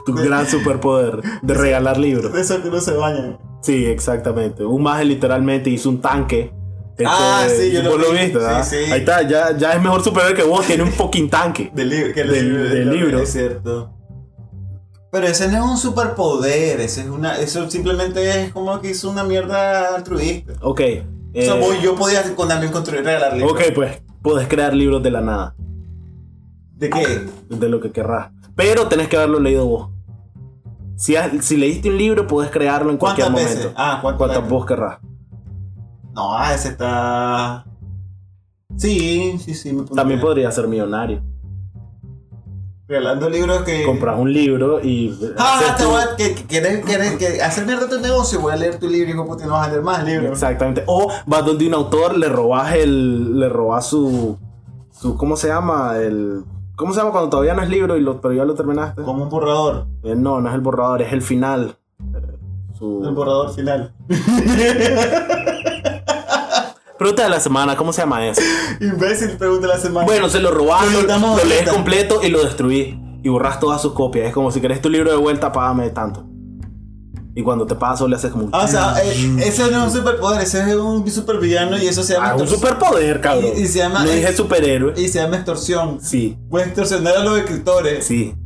S1: Tu gran superpoder de regalar libros.
S3: De esos que no se bañan.
S1: Sí, exactamente. Un maje literalmente hizo un tanque. Este,
S3: Ah, sí, yo lo
S1: vos
S3: vi.
S1: viste,
S3: Sí,
S1: ¿verdad?
S3: sí.
S1: Ahí está, ya, ya es mejor superhéroe que vos, tiene un fucking tanque.
S3: Del libro. Que
S1: Del-
S3: libro-
S1: del libro.
S3: Es cierto. Pero ese no es un superpoder, ese es una, eso simplemente es como que hizo una mierda altruista.
S1: Ok.
S3: o sea,
S1: eh,
S3: voy- yo podía con también construir regalar libros.
S1: ok, pues, puedes crear libros de la nada,
S3: ¿De qué?
S1: de lo que querrás. Pero tenés que haberlo leído vos. Si, has- si leíste un libro, puedes crearlo en cualquier
S3: ¿Cuántas
S1: momento.
S3: veces? Ah, ¿cuántas
S1: Cuantas
S3: veces?
S1: vos querrás.
S3: No, ah, ese está. Sí, sí, sí. Me pondría-
S1: También podrías ser millonario.
S3: Regalando libros que.
S1: Compras un libro y.
S3: Ah,
S1: haces
S3: te
S1: tu-
S3: voy a. Que, que, quieres- quieres- que hacer mierda tu negocio, voy a leer tu libro y como puta, no vas a leer más libros.
S1: Exactamente. O vas donde un autor, le robas el. le robas su. su ¿cómo se llama? El. ¿Cómo se llama cuando todavía no es libro y lo, pero ya lo terminaste?
S3: Como un borrador.
S1: Eh, no, no es el borrador, es el final. Eh,
S3: El
S1: Su.
S3: borrador final.
S1: Pregunta de la semana, ¿cómo se llama eso?
S3: Imbécil, pregunta la semana.
S1: Bueno, se lo robas,
S3: Lo
S1: lo,
S3: editamos
S1: lo lees
S3: ahorita.
S1: completo y lo destruís. Y borras todas sus copias. Es como si querés tu libro de vuelta, págame tanto. Y cuando te paso le haces como un.
S3: Ah, o sea, eh, ese no es un superpoder, ese es un supervillano y eso se llama.
S1: Mm. Ah, un
S3: extors-
S1: superpoder, cabrón.
S3: Y- y se llama-
S1: No dije superhéroe.
S3: Y se llama extorsión.
S1: Sí,
S3: Puedes extorsionar a los escritores.
S1: sí.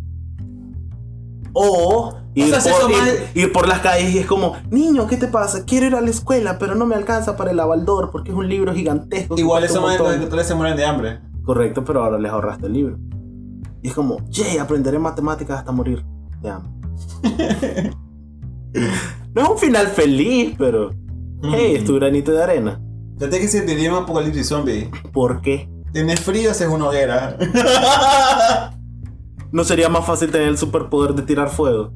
S1: O ir,
S3: sea, si
S1: por,
S3: son
S1: ir-
S3: más-
S1: ir por las calles y es como, niño, ¿qué te pasa? Quiero ir a la escuela, pero no me alcanza para el abaldor porque es un libro gigantesco. que
S3: Igual
S1: cuesta
S3: esos
S1: un
S3: más los
S1: montón".
S3: escritores se mueren de hambre.
S1: Correcto, pero ahora les ahorraste el libro. Y es como, yay, aprenderé matemáticas hasta morir. Te amo. no es un final feliz, pero, hey, es tu granito de arena.
S3: Mm. Ya te que sentiría un apocalipsis zombie.
S1: ¿Por qué?
S3: Tienes frío, haces una hoguera.
S1: ¿No sería más fácil tener el superpoder de tirar fuego?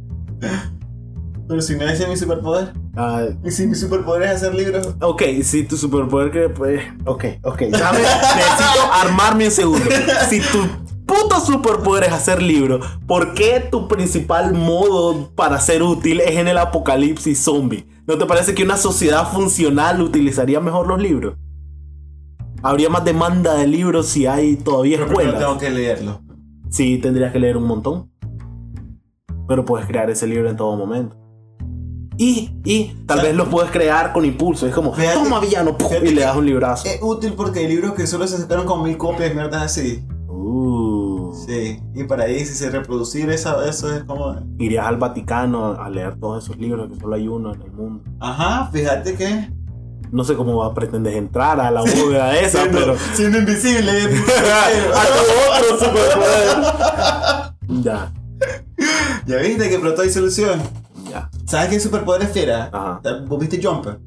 S3: Pero si no ese es mi superpoder.
S1: Ah,
S3: Y si mi superpoder es hacer libros.
S1: Ok, si tu superpoder que pues, Ok, ok. Déjame, necesito armarme un segundo. Si tu puto superpoder es hacer libro, ¿por qué tu principal modo para ser útil es en el apocalipsis zombie? ¿No te parece que una sociedad funcional utilizaría mejor los libros? Habría más demanda de libros si hay todavía
S3: Pero primero tengo
S1: escuelas.
S3: que leerlo.
S1: Sí, tendrías que leer un montón. Pero puedes crear ese libro en todo momento. Y, y tal vez lo puedes crear con impulso. Es como,
S3: Fíjate-
S1: toma villano, ¡pum!
S3: fíjate
S1: y le
S3: que- eh,
S1: das un librazo.
S3: Es útil porque hay libros que solo se sacaron con mil copias y mierdas así.
S1: Uh,
S3: Sí. Y para ahí, si se reproducir eso, eso es como.
S1: Irías al Vaticano a leer todos esos libros que solo hay uno en el mundo.
S3: Ajá, fíjate que.
S1: No sé cómo va- pretendes entrar a la bóveda esa,
S3: siendo,
S1: pero.
S3: siendo invisible.
S1: a tu otro superpoder. ya,
S3: ya viste que pronto hay solución.
S1: ya.
S3: ¿Sabes qué superpoder es fiera?
S1: Ajá.
S3: ¿Vos viste Jumper?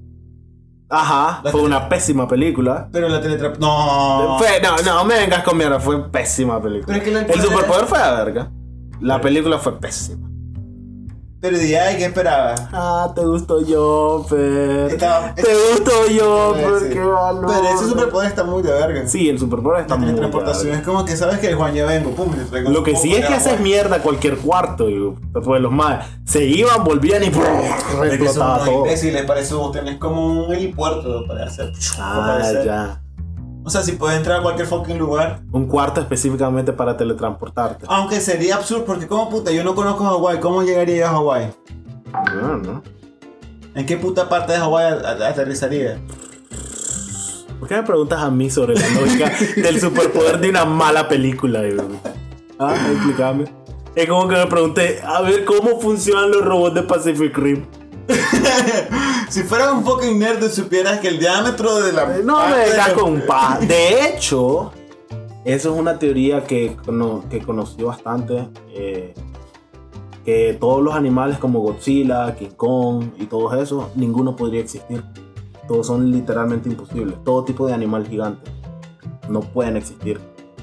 S1: Ajá, fue una pésima película.
S3: Pero la teletrap. No.
S1: Fue- no, no me vengas con mierda, fue pésima película.
S3: Pero es que la-
S1: el superpoder fue a la verga. La película fue pésima.
S3: Pero di, ay, ¿qué esperaba?
S1: Ah, te gustó Jumper.
S3: Estaba-
S1: Te gustó Jumper,
S3: Sí.
S1: qué valor.
S3: Pero ese superpoder está muy de verga.
S1: Sí, el superpoder está
S3: La
S1: muy
S3: teletransportación
S1: verga.
S3: es como que sabes que Juan ya vengo, pum, le traigo
S1: Lo
S3: un
S1: que
S3: poco
S1: sí es
S3: de
S1: que
S3: agua.
S1: haces mierda cualquier cuarto, digo. Pues los más se iban, volvían y brrr,
S3: Es que son
S1: explotaba
S3: unos
S1: todo.
S3: imbéciles para eso tenés como un helipuerto para hacer.
S1: Ah,
S3: para hacer-
S1: ya.
S3: O sea, si puedes entrar a cualquier fucking lugar.
S1: Un cuarto específicamente para teletransportarte.
S3: Aunque sería absurdo, porque como puta, yo no conozco Hawái. ¿Cómo llegaría yo a Hawái? Ah,
S1: No, no.
S3: ¿En qué puta parte de Hawái a- a- aterrizaría?
S1: ¿Por qué me preguntas a mí sobre la lógica del superpoder de una mala película? güey? Ah, explícame. Es como que me pregunté, a ver, ¿cómo funcionan los robots de Pacific Rim?
S3: Si fueras un fucking nerd y supieras que el diámetro de la.
S1: Eh, No me
S3: parte
S1: vengas
S3: de-
S1: con paja. De hecho, eso es una teoría que, cono- que conocí bastante. eh, que todos los animales como Godzilla, King Kong y todos esos, ninguno podría existir. Todos son literalmente imposibles. Todo tipo de animal gigante. No pueden existir.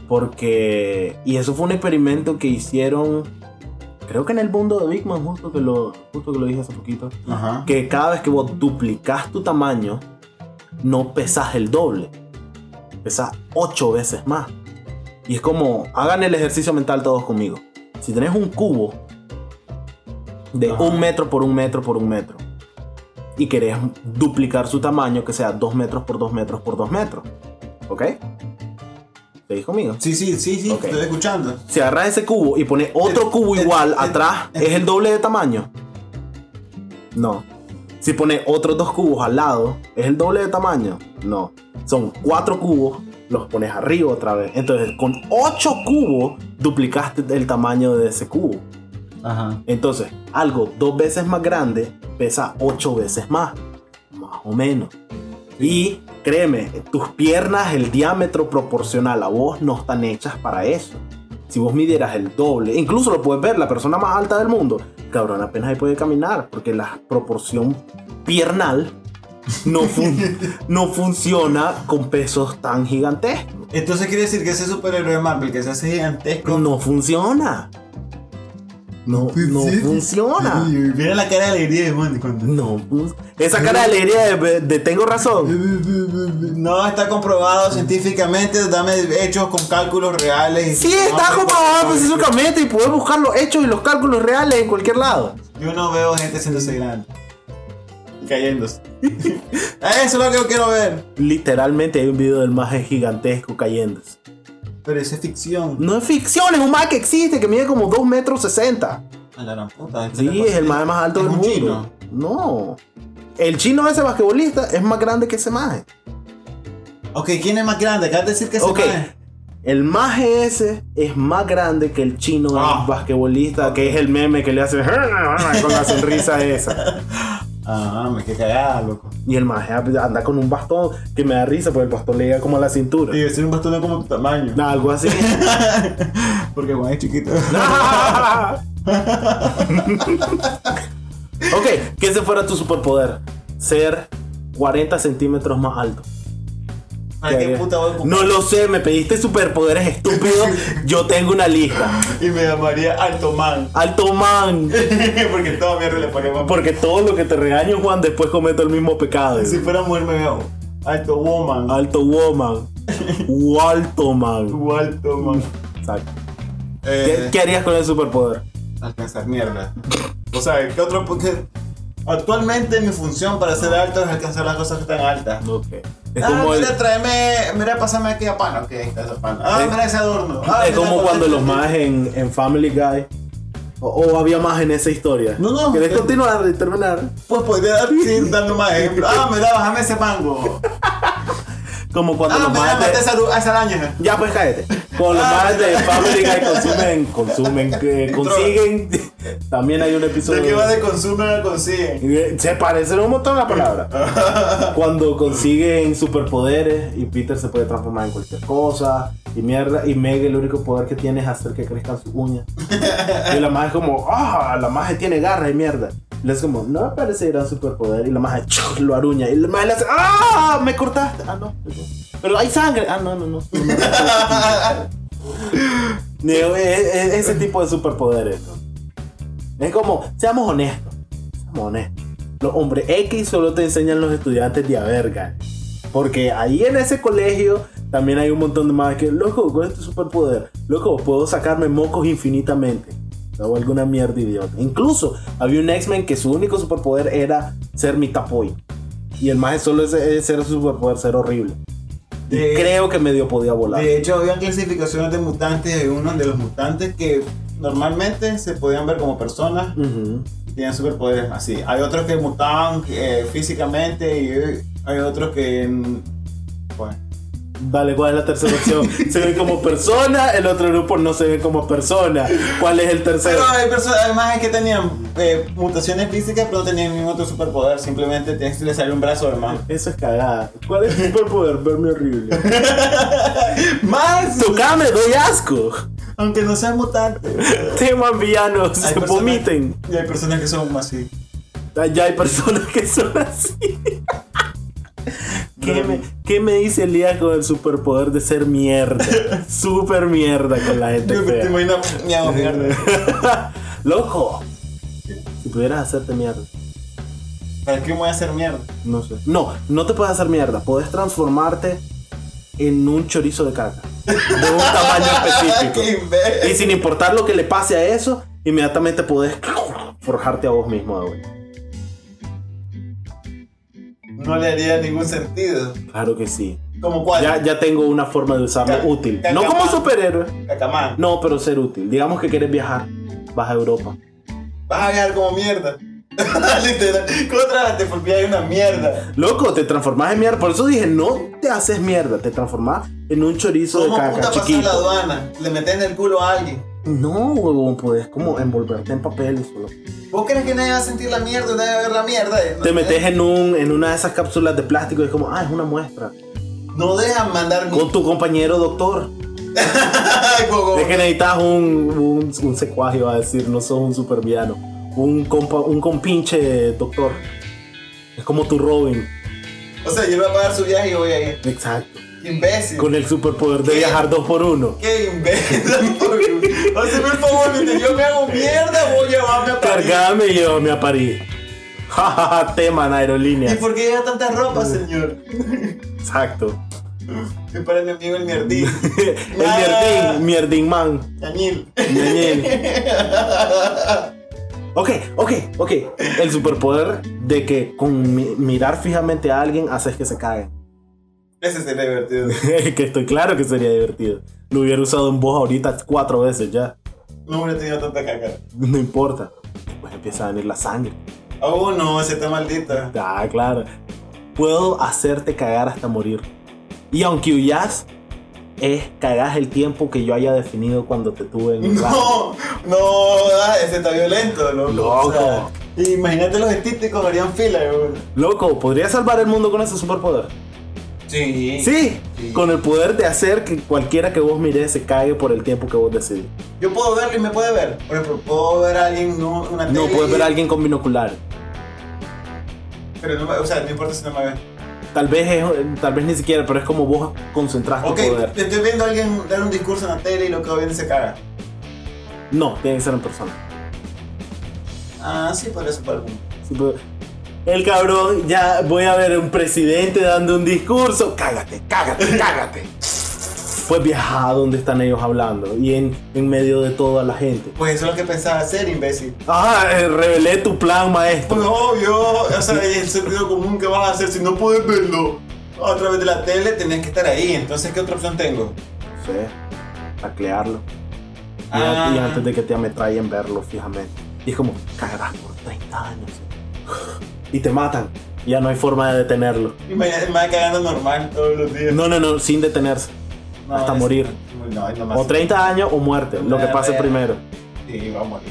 S1: Porque... Y eso fue un experimento que hicieron... Creo que en el mundo de Big Man, justo que lo, justo que lo dije hace poquito
S3: Ajá.
S1: que cada vez que vos duplicas tu tamaño, no pesas el doble. Pesas ocho veces más. Y es como, hagan el ejercicio mental todos conmigo. Si tenés un cubo de
S3: Ajá.
S1: un metro por un metro por un metro y querés duplicar su tamaño, que sea dos metros por dos metros por dos metros, ¿ok? ¿Seguís conmigo?
S3: Sí, sí, sí, sí,
S1: Ok.
S3: te estoy escuchando.
S1: Si agarras ese cubo y pones otro cubo
S3: eh,
S1: igual
S3: eh,
S1: atrás,
S3: eh.
S1: ¿es el doble de tamaño? No. Si pones otros dos cubos al lado, ¿es el doble de tamaño? No. Son cuatro cubos, los pones arriba otra vez. Entonces, con ocho cubos, duplicaste el tamaño de ese cubo.
S3: Ajá.
S1: Entonces, algo dos veces más grande pesa ocho veces más, más o menos. Y créeme, tus piernas, el diámetro proporcional a vos no están hechas para eso. Si vos midieras el doble, incluso lo puedes ver, la persona más alta del mundo, cabrón, apenas ahí puede caminar, porque la proporción piernal no, fun- no funciona con pesos tan gigantescos.
S3: Entonces quiere decir que ese superhéroe de Marvel que se hace gigantesco.
S1: No funciona. No, no funciona.
S3: Mira la cara de alegría de Mandy cuando.
S1: No, pues, esa cara de alegría de, de tengo razón.
S3: No está comprobado científicamente, dame hechos con cálculos reales.
S1: Sí, está ah, comprobado pues, específicamente y puedes buscar los hechos y los cálculos reales en cualquier lado.
S3: Yo no veo gente haciéndose grande. Cayéndose. Eso es lo que yo quiero ver.
S1: Literalmente hay un video del maje gigantesco cayéndose.
S3: Pero eso es ficción.
S1: No es ficción, es un maje que existe, que mide como 2 metros 60.
S3: A Ah, la gran puta. este ¿qué le
S1: Sí,
S3: pasa?
S1: es el maje más alto
S3: Es
S1: del
S3: un
S1: mundo.
S3: chino.
S1: No. El chino ese basquetbolista es más grande que ese maje.
S3: Ok, ¿quién es más grande? Acabas de decir que se
S1: Ok. El maje ese es más grande que el chino
S3: Ah.
S1: basquetbolista, que es el meme que le hace con la sonrisa esa.
S3: Ah, me qué cagada, loco.
S1: Y el maje anda con un bastón que me da risa porque el bastón le llega como a la cintura.
S3: Debe ser un bastón de como tu tamaño.
S1: Nah, algo así.
S3: Porque Juan es chiquito.
S1: ok, que ese fuera tu superpoder. Ser 40 centímetros más alto.
S3: ¿Para qué puta voy a ocupar?
S1: No lo sé, me pediste superpoderes estúpidos. Yo tengo una lista.
S3: Y me llamaría Alto Man.
S1: Alto man.
S3: Porque toda mierda le ponemos.
S1: Porque todo lo que te regaño, Juan, después cometo el mismo pecado.
S3: Si fuera mujer me veo. Alto Woman.
S1: Alto woman. U alto man.
S3: Tu Alto Man.
S1: Exacto. ¿Qué,
S3: Eh,
S1: qué harías con el superpoder?
S3: Alcanzar mierda. O sea, ¿qué otro? Porque actualmente mi función para ser alto es alcanzar las cosas que están altas.
S1: Ok. Es
S3: ah,
S1: como el-
S3: mira, tráeme, mira, pásame aquí a pano, que ahí está esa pana. Ah,
S1: Es-
S3: mira ese adorno. Ah,
S1: es
S3: mira,
S1: como
S3: por
S1: cuando
S3: dentro
S1: los
S3: aquí.
S1: más en, en Family Guy. O, o había más en esa historia.
S3: No, no,
S1: ¿Querés
S3: eh.
S1: continuar y terminar?
S3: Pues podría dar, sí, dando más ejemplo. Ah, mira, bájame ese mango.
S1: Como cuando
S3: Ah,
S1: los
S3: mira,
S1: más
S3: mate
S1: de...
S3: esa, ru- esa araña.
S1: Ya pues cállate. Cuando los
S3: Ah,
S1: más de Family Guy consumen, consumen, que consiguen. También hay un episodio.
S3: De que va de consumo la consigue.
S1: Eh, Se parecen un montón las palabras. Cuando consiguen superpoderes y Peter se puede transformar en cualquier cosa y mierda. Y Meg el único poder que tiene es hacer que crezcan sus uñas. Y la magia es como, ah, la magia tiene garra y mierda. Y le es como, no me parece gran superpoder. Y la magia chuc, lo aruña. Y la magia le hace, ah, me cortaste. Ah, no. Pero hay sangre. Ah, no, no, no. Digo, e- e- ese tipo de superpoderes. ¿no? Es como, seamos honestos. Seamos honestos. Los hombres X solo te enseñan los estudiantes de a verga. Porque ahí en ese colegio también hay un montón de más que, loco, con este superpoder, loco, puedo sacarme mocos infinitamente. O alguna mierda idiota. Incluso había un X-Men que su único superpoder era ser mitad pollo. Y el más solo ese, ese era su superpoder, ser horrible. Y
S3: De-
S1: creo que medio podía volar.
S3: De hecho, habían clasificaciones de mutantes y uno de los mutantes que normalmente se podían ver como personas
S1: Ujú.
S3: y tenían superpoderes así. Hay otros que mutaban eh, físicamente y hay otros que. mm, Bueno.
S1: Vale, ¿cuál es la tercera opción? se ve como persona, el otro grupo no se ve como persona. ¿Cuál es el tercero?
S3: Pero hay personas, además es que tenían eh, mutaciones físicas, pero no tenían ningún otro superpoder. Simplemente tenías que le salió un brazo, hermano.
S1: Eso es cagada. ¿Cuál es tu superpoder? Verme horrible.
S3: ¡Más!
S1: ¡Tocame, doy asco!
S3: Aunque no sean mutantes.
S1: Teman villanos, se
S3: personas-
S1: vomiten.
S3: Y hay personas que son más así.
S1: Ah, Ya hay personas que son así. ¿Qué
S3: No.
S1: me, qué me dice Elías con el superpoder de ser mierda? Super mierda con la gente
S3: Yo me te
S1: fea.
S3: imagino. me hago mierda.
S1: Loco, si pudieras hacerte mierda.
S3: ¿Para qué me voy a hacer mierda?
S1: No sé. No, no te puedes hacer mierda. Podés transformarte en un chorizo de caca. De un tamaño
S3: ¡Qué
S1: específico.
S3: imbécil!
S1: Y sin importar lo que le pase a eso, inmediatamente podés forjarte a vos mismo de vuelta.
S3: No le haría ningún sentido.
S1: Claro que sí.
S3: ¿Como cuál?
S1: Ya, ya tengo una forma de usarlo
S3: Ca-
S1: útil.
S3: caca-
S1: No como superhéroe.
S3: Cacamán.
S1: No, pero ser útil. Digamos que quieres viajar. Vas a Europa.
S3: Vas a viajar como mierda. Literal. Contra la tefulpía hay una mierda.
S1: Loco, te transformás en mierda. Por eso dije, no te haces mierda. Te transformás en un chorizo de
S3: ¿Cómo
S1: caca
S3: puta pasar la
S1: chiquito.
S3: aduana? Le metes en el culo a alguien.
S1: No, huevón, puedes como envolverte en papel y solo.
S3: ¿Vos crees que nadie va a sentir la mierda? Nadie va a ver la mierda. No,
S1: Te metes en, un, en una de esas cápsulas de plástico y es como, ah, es una muestra.
S3: No dejan mandar
S1: Con tu compañero doctor.
S3: Ay, gogo.
S1: Es que necesitas un, un, un secuaz, iba a decir, no sos un supervillano. Un, compa, un compinche doctor. Es como tu Robin.
S3: O sea, yo le voy a pagar su viaje y voy a ir.
S1: Exacto.
S3: Imbécil.
S1: Con el superpoder de
S3: ¿Qué?
S1: viajar dos por uno.
S3: Qué imbécil. Hazme el favor, mientras yo me hago mierda, voy a llevarme a París.
S1: Cargame y llévame a París. Jajaja, tema en
S3: ¿Y
S1: aerolíneas.
S3: por qué lleva tanta ropa, señor?
S1: Exacto.
S3: Y para mi amigo el mierdín.
S1: El
S3: Ah.
S1: mierdín, mierdín man.
S3: Cañil.
S1: Ñañel. Ok, ok, ok. El superpoder de que con mi- mirar fijamente a alguien haces que se cague.
S3: Ese sería divertido.
S1: que estoy claro que sería divertido. Lo hubiera usado en voz ahorita cuatro veces ya.
S3: No hubiera tenido tanta caca.
S1: No importa. Pues empieza a venir la sangre.
S3: Oh, no, ese está maldita.
S1: Ah, claro. Puedo hacerte cagar hasta morir. Y aunque huyas, es cagás el tiempo que yo haya definido cuando te tuve en mi brazo.
S3: No, no, ah, ese está violento, loco.
S1: Loco.
S3: O sea, imagínate los estíticos harían fila, yo.
S1: Loco, ¿podría salvar el mundo con ese superpoder?
S3: Sí.
S1: Sí,
S3: Sí.
S1: con el poder de hacer que cualquiera que vos mires se cague por el tiempo que vos decidís.
S3: Yo puedo verlo y me puede ver. Por ejemplo, puedo ver a alguien, no, una
S1: No
S3: tele,
S1: puedes ver a alguien con binoculares.
S3: Pero no, me- o sea, no importa si no me ve.
S1: Tal vez, es- tal vez ni siquiera, pero es como vos concentraste
S3: Ok,
S1: poder.
S3: estoy viendo a alguien dar un discurso en la tele y lo que viene se caga.
S1: No, tiene que ser en persona.
S3: Ah, sí, por eso, por algún.
S1: Sí, pero- El cabrón, ya voy a ver un presidente dando un discurso. Cágate, cágate, cágate. Pues viaja a donde están ellos hablando y en, en medio de toda la gente.
S3: Pues eso es lo que pensaba hacer, imbécil.
S1: Ah, eh, revelé tu plan, maestro.
S3: Pues obvio, o sea, es el sentido común que vas a hacer si no puedes verlo a través de la tele, tenés que estar ahí. Entonces, ¿qué otra opción tengo?
S1: No sé, taclearlo. Y,
S3: Ah.
S1: a- y antes de que te ametrallen, verlo fijamente. Y es como, cagarás por 30 años. Y te matan. Ya no hay forma de detenerlo.
S3: Y me, me va cagando normal todos los días.
S1: No, no, no, sin detenerse.
S3: No,
S1: hasta
S3: es-
S1: morir.
S3: No, es nomás.
S1: O 30 años o muerte, lo que pase primero.
S3: Sí, va a morir.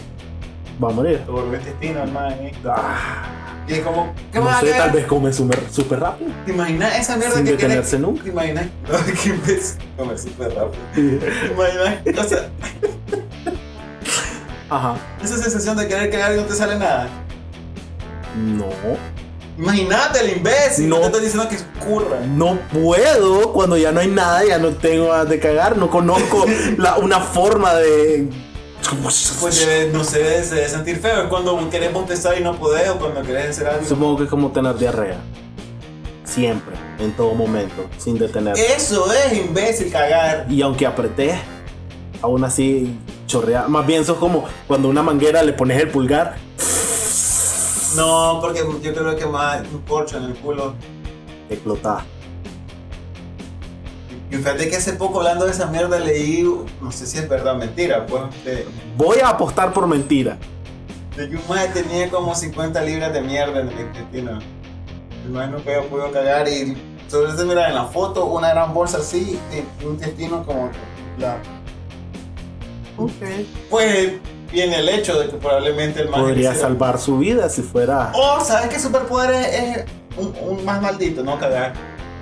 S1: Va a morir.
S3: Te volvés intestino, hermano. ¿eh?
S1: Ah.
S3: Y es como, ¿qué
S1: no
S3: vas
S1: sé,
S3: a
S1: tal
S3: cagar?
S1: vez come súper súper rápido.
S3: ¿Te imaginas esa mierda
S1: Sin
S3: que
S1: detenerse
S3: tiene?
S1: nunca.
S3: ¿Te imaginas? ¿Qué imbécil? Comer súper rápido. ¿Te imaginas? O sea,
S1: Ajá.
S3: esa sensación de querer cagar y no te sale nada.
S1: No.
S3: Imagínate el imbécil. No.
S1: No.
S3: te estoy diciendo que escurra.
S1: No puedo cuando ya no hay nada, ya no tengo ganas de cagar, no conozco la- una forma de...
S3: Pues debe- no sé, debe- se debe sentir feo. Es cuando querés bostezar y no podés, o cuando querés hacer algo.
S1: Supongo que es como tener diarrea. Siempre, en todo momento, sin
S3: Eh.
S1: detenerse.
S3: Eso es imbécil cagar.
S1: Y aunque apretes, aún así chorrea. Más bien sos como cuando una manguera le pones el pulgar.
S3: No, porque yo creo que más un corcho en el culo.
S1: explotás.
S3: Y fíjate que hace poco hablando de esa mierda leí, no sé si es verdad o mentira, pues, de,
S1: Voy a apostar por mentira.
S3: de que un maje tenía como 50 libras de mierda en el intestino. El maje nunca había podido cagar y sobre eso mira en la foto una gran bolsa así y un intestino como que largo. Pues viene el hecho de que probablemente el maje
S1: Podría
S3: quisiera-
S1: salvar su vida si fuera
S3: Oh, ¿sabes qué superpoder es, es un, un más maldito? No cagar.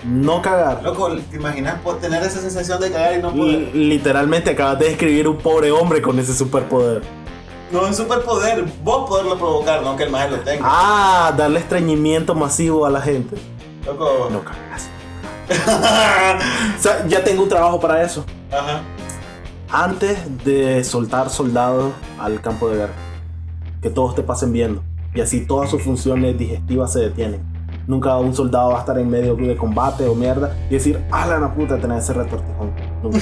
S1: no cagar.
S3: Loco, ¿te imaginas po- tener esa sensación de cagar y no
S1: L-
S3: poder?
S1: Literalmente acabas de describir un pobre hombre con ese superpoder.
S3: No es superpoder, vos poderlo provocar, no que el maje lo tenga.
S1: Ah, darle estreñimiento masivo a la gente.
S3: Loco.
S1: No cagas. O sea, ya tengo un trabajo para eso.
S3: Ajá.
S1: Antes de soltar soldados al campo de guerra. Que todos te pasen viendo. Y así todas sus funciones digestivas se detienen. Nunca un soldado va a estar en medio de combate o mierda y decir, ah, la gran puta, tener ese retortijón. Nunca.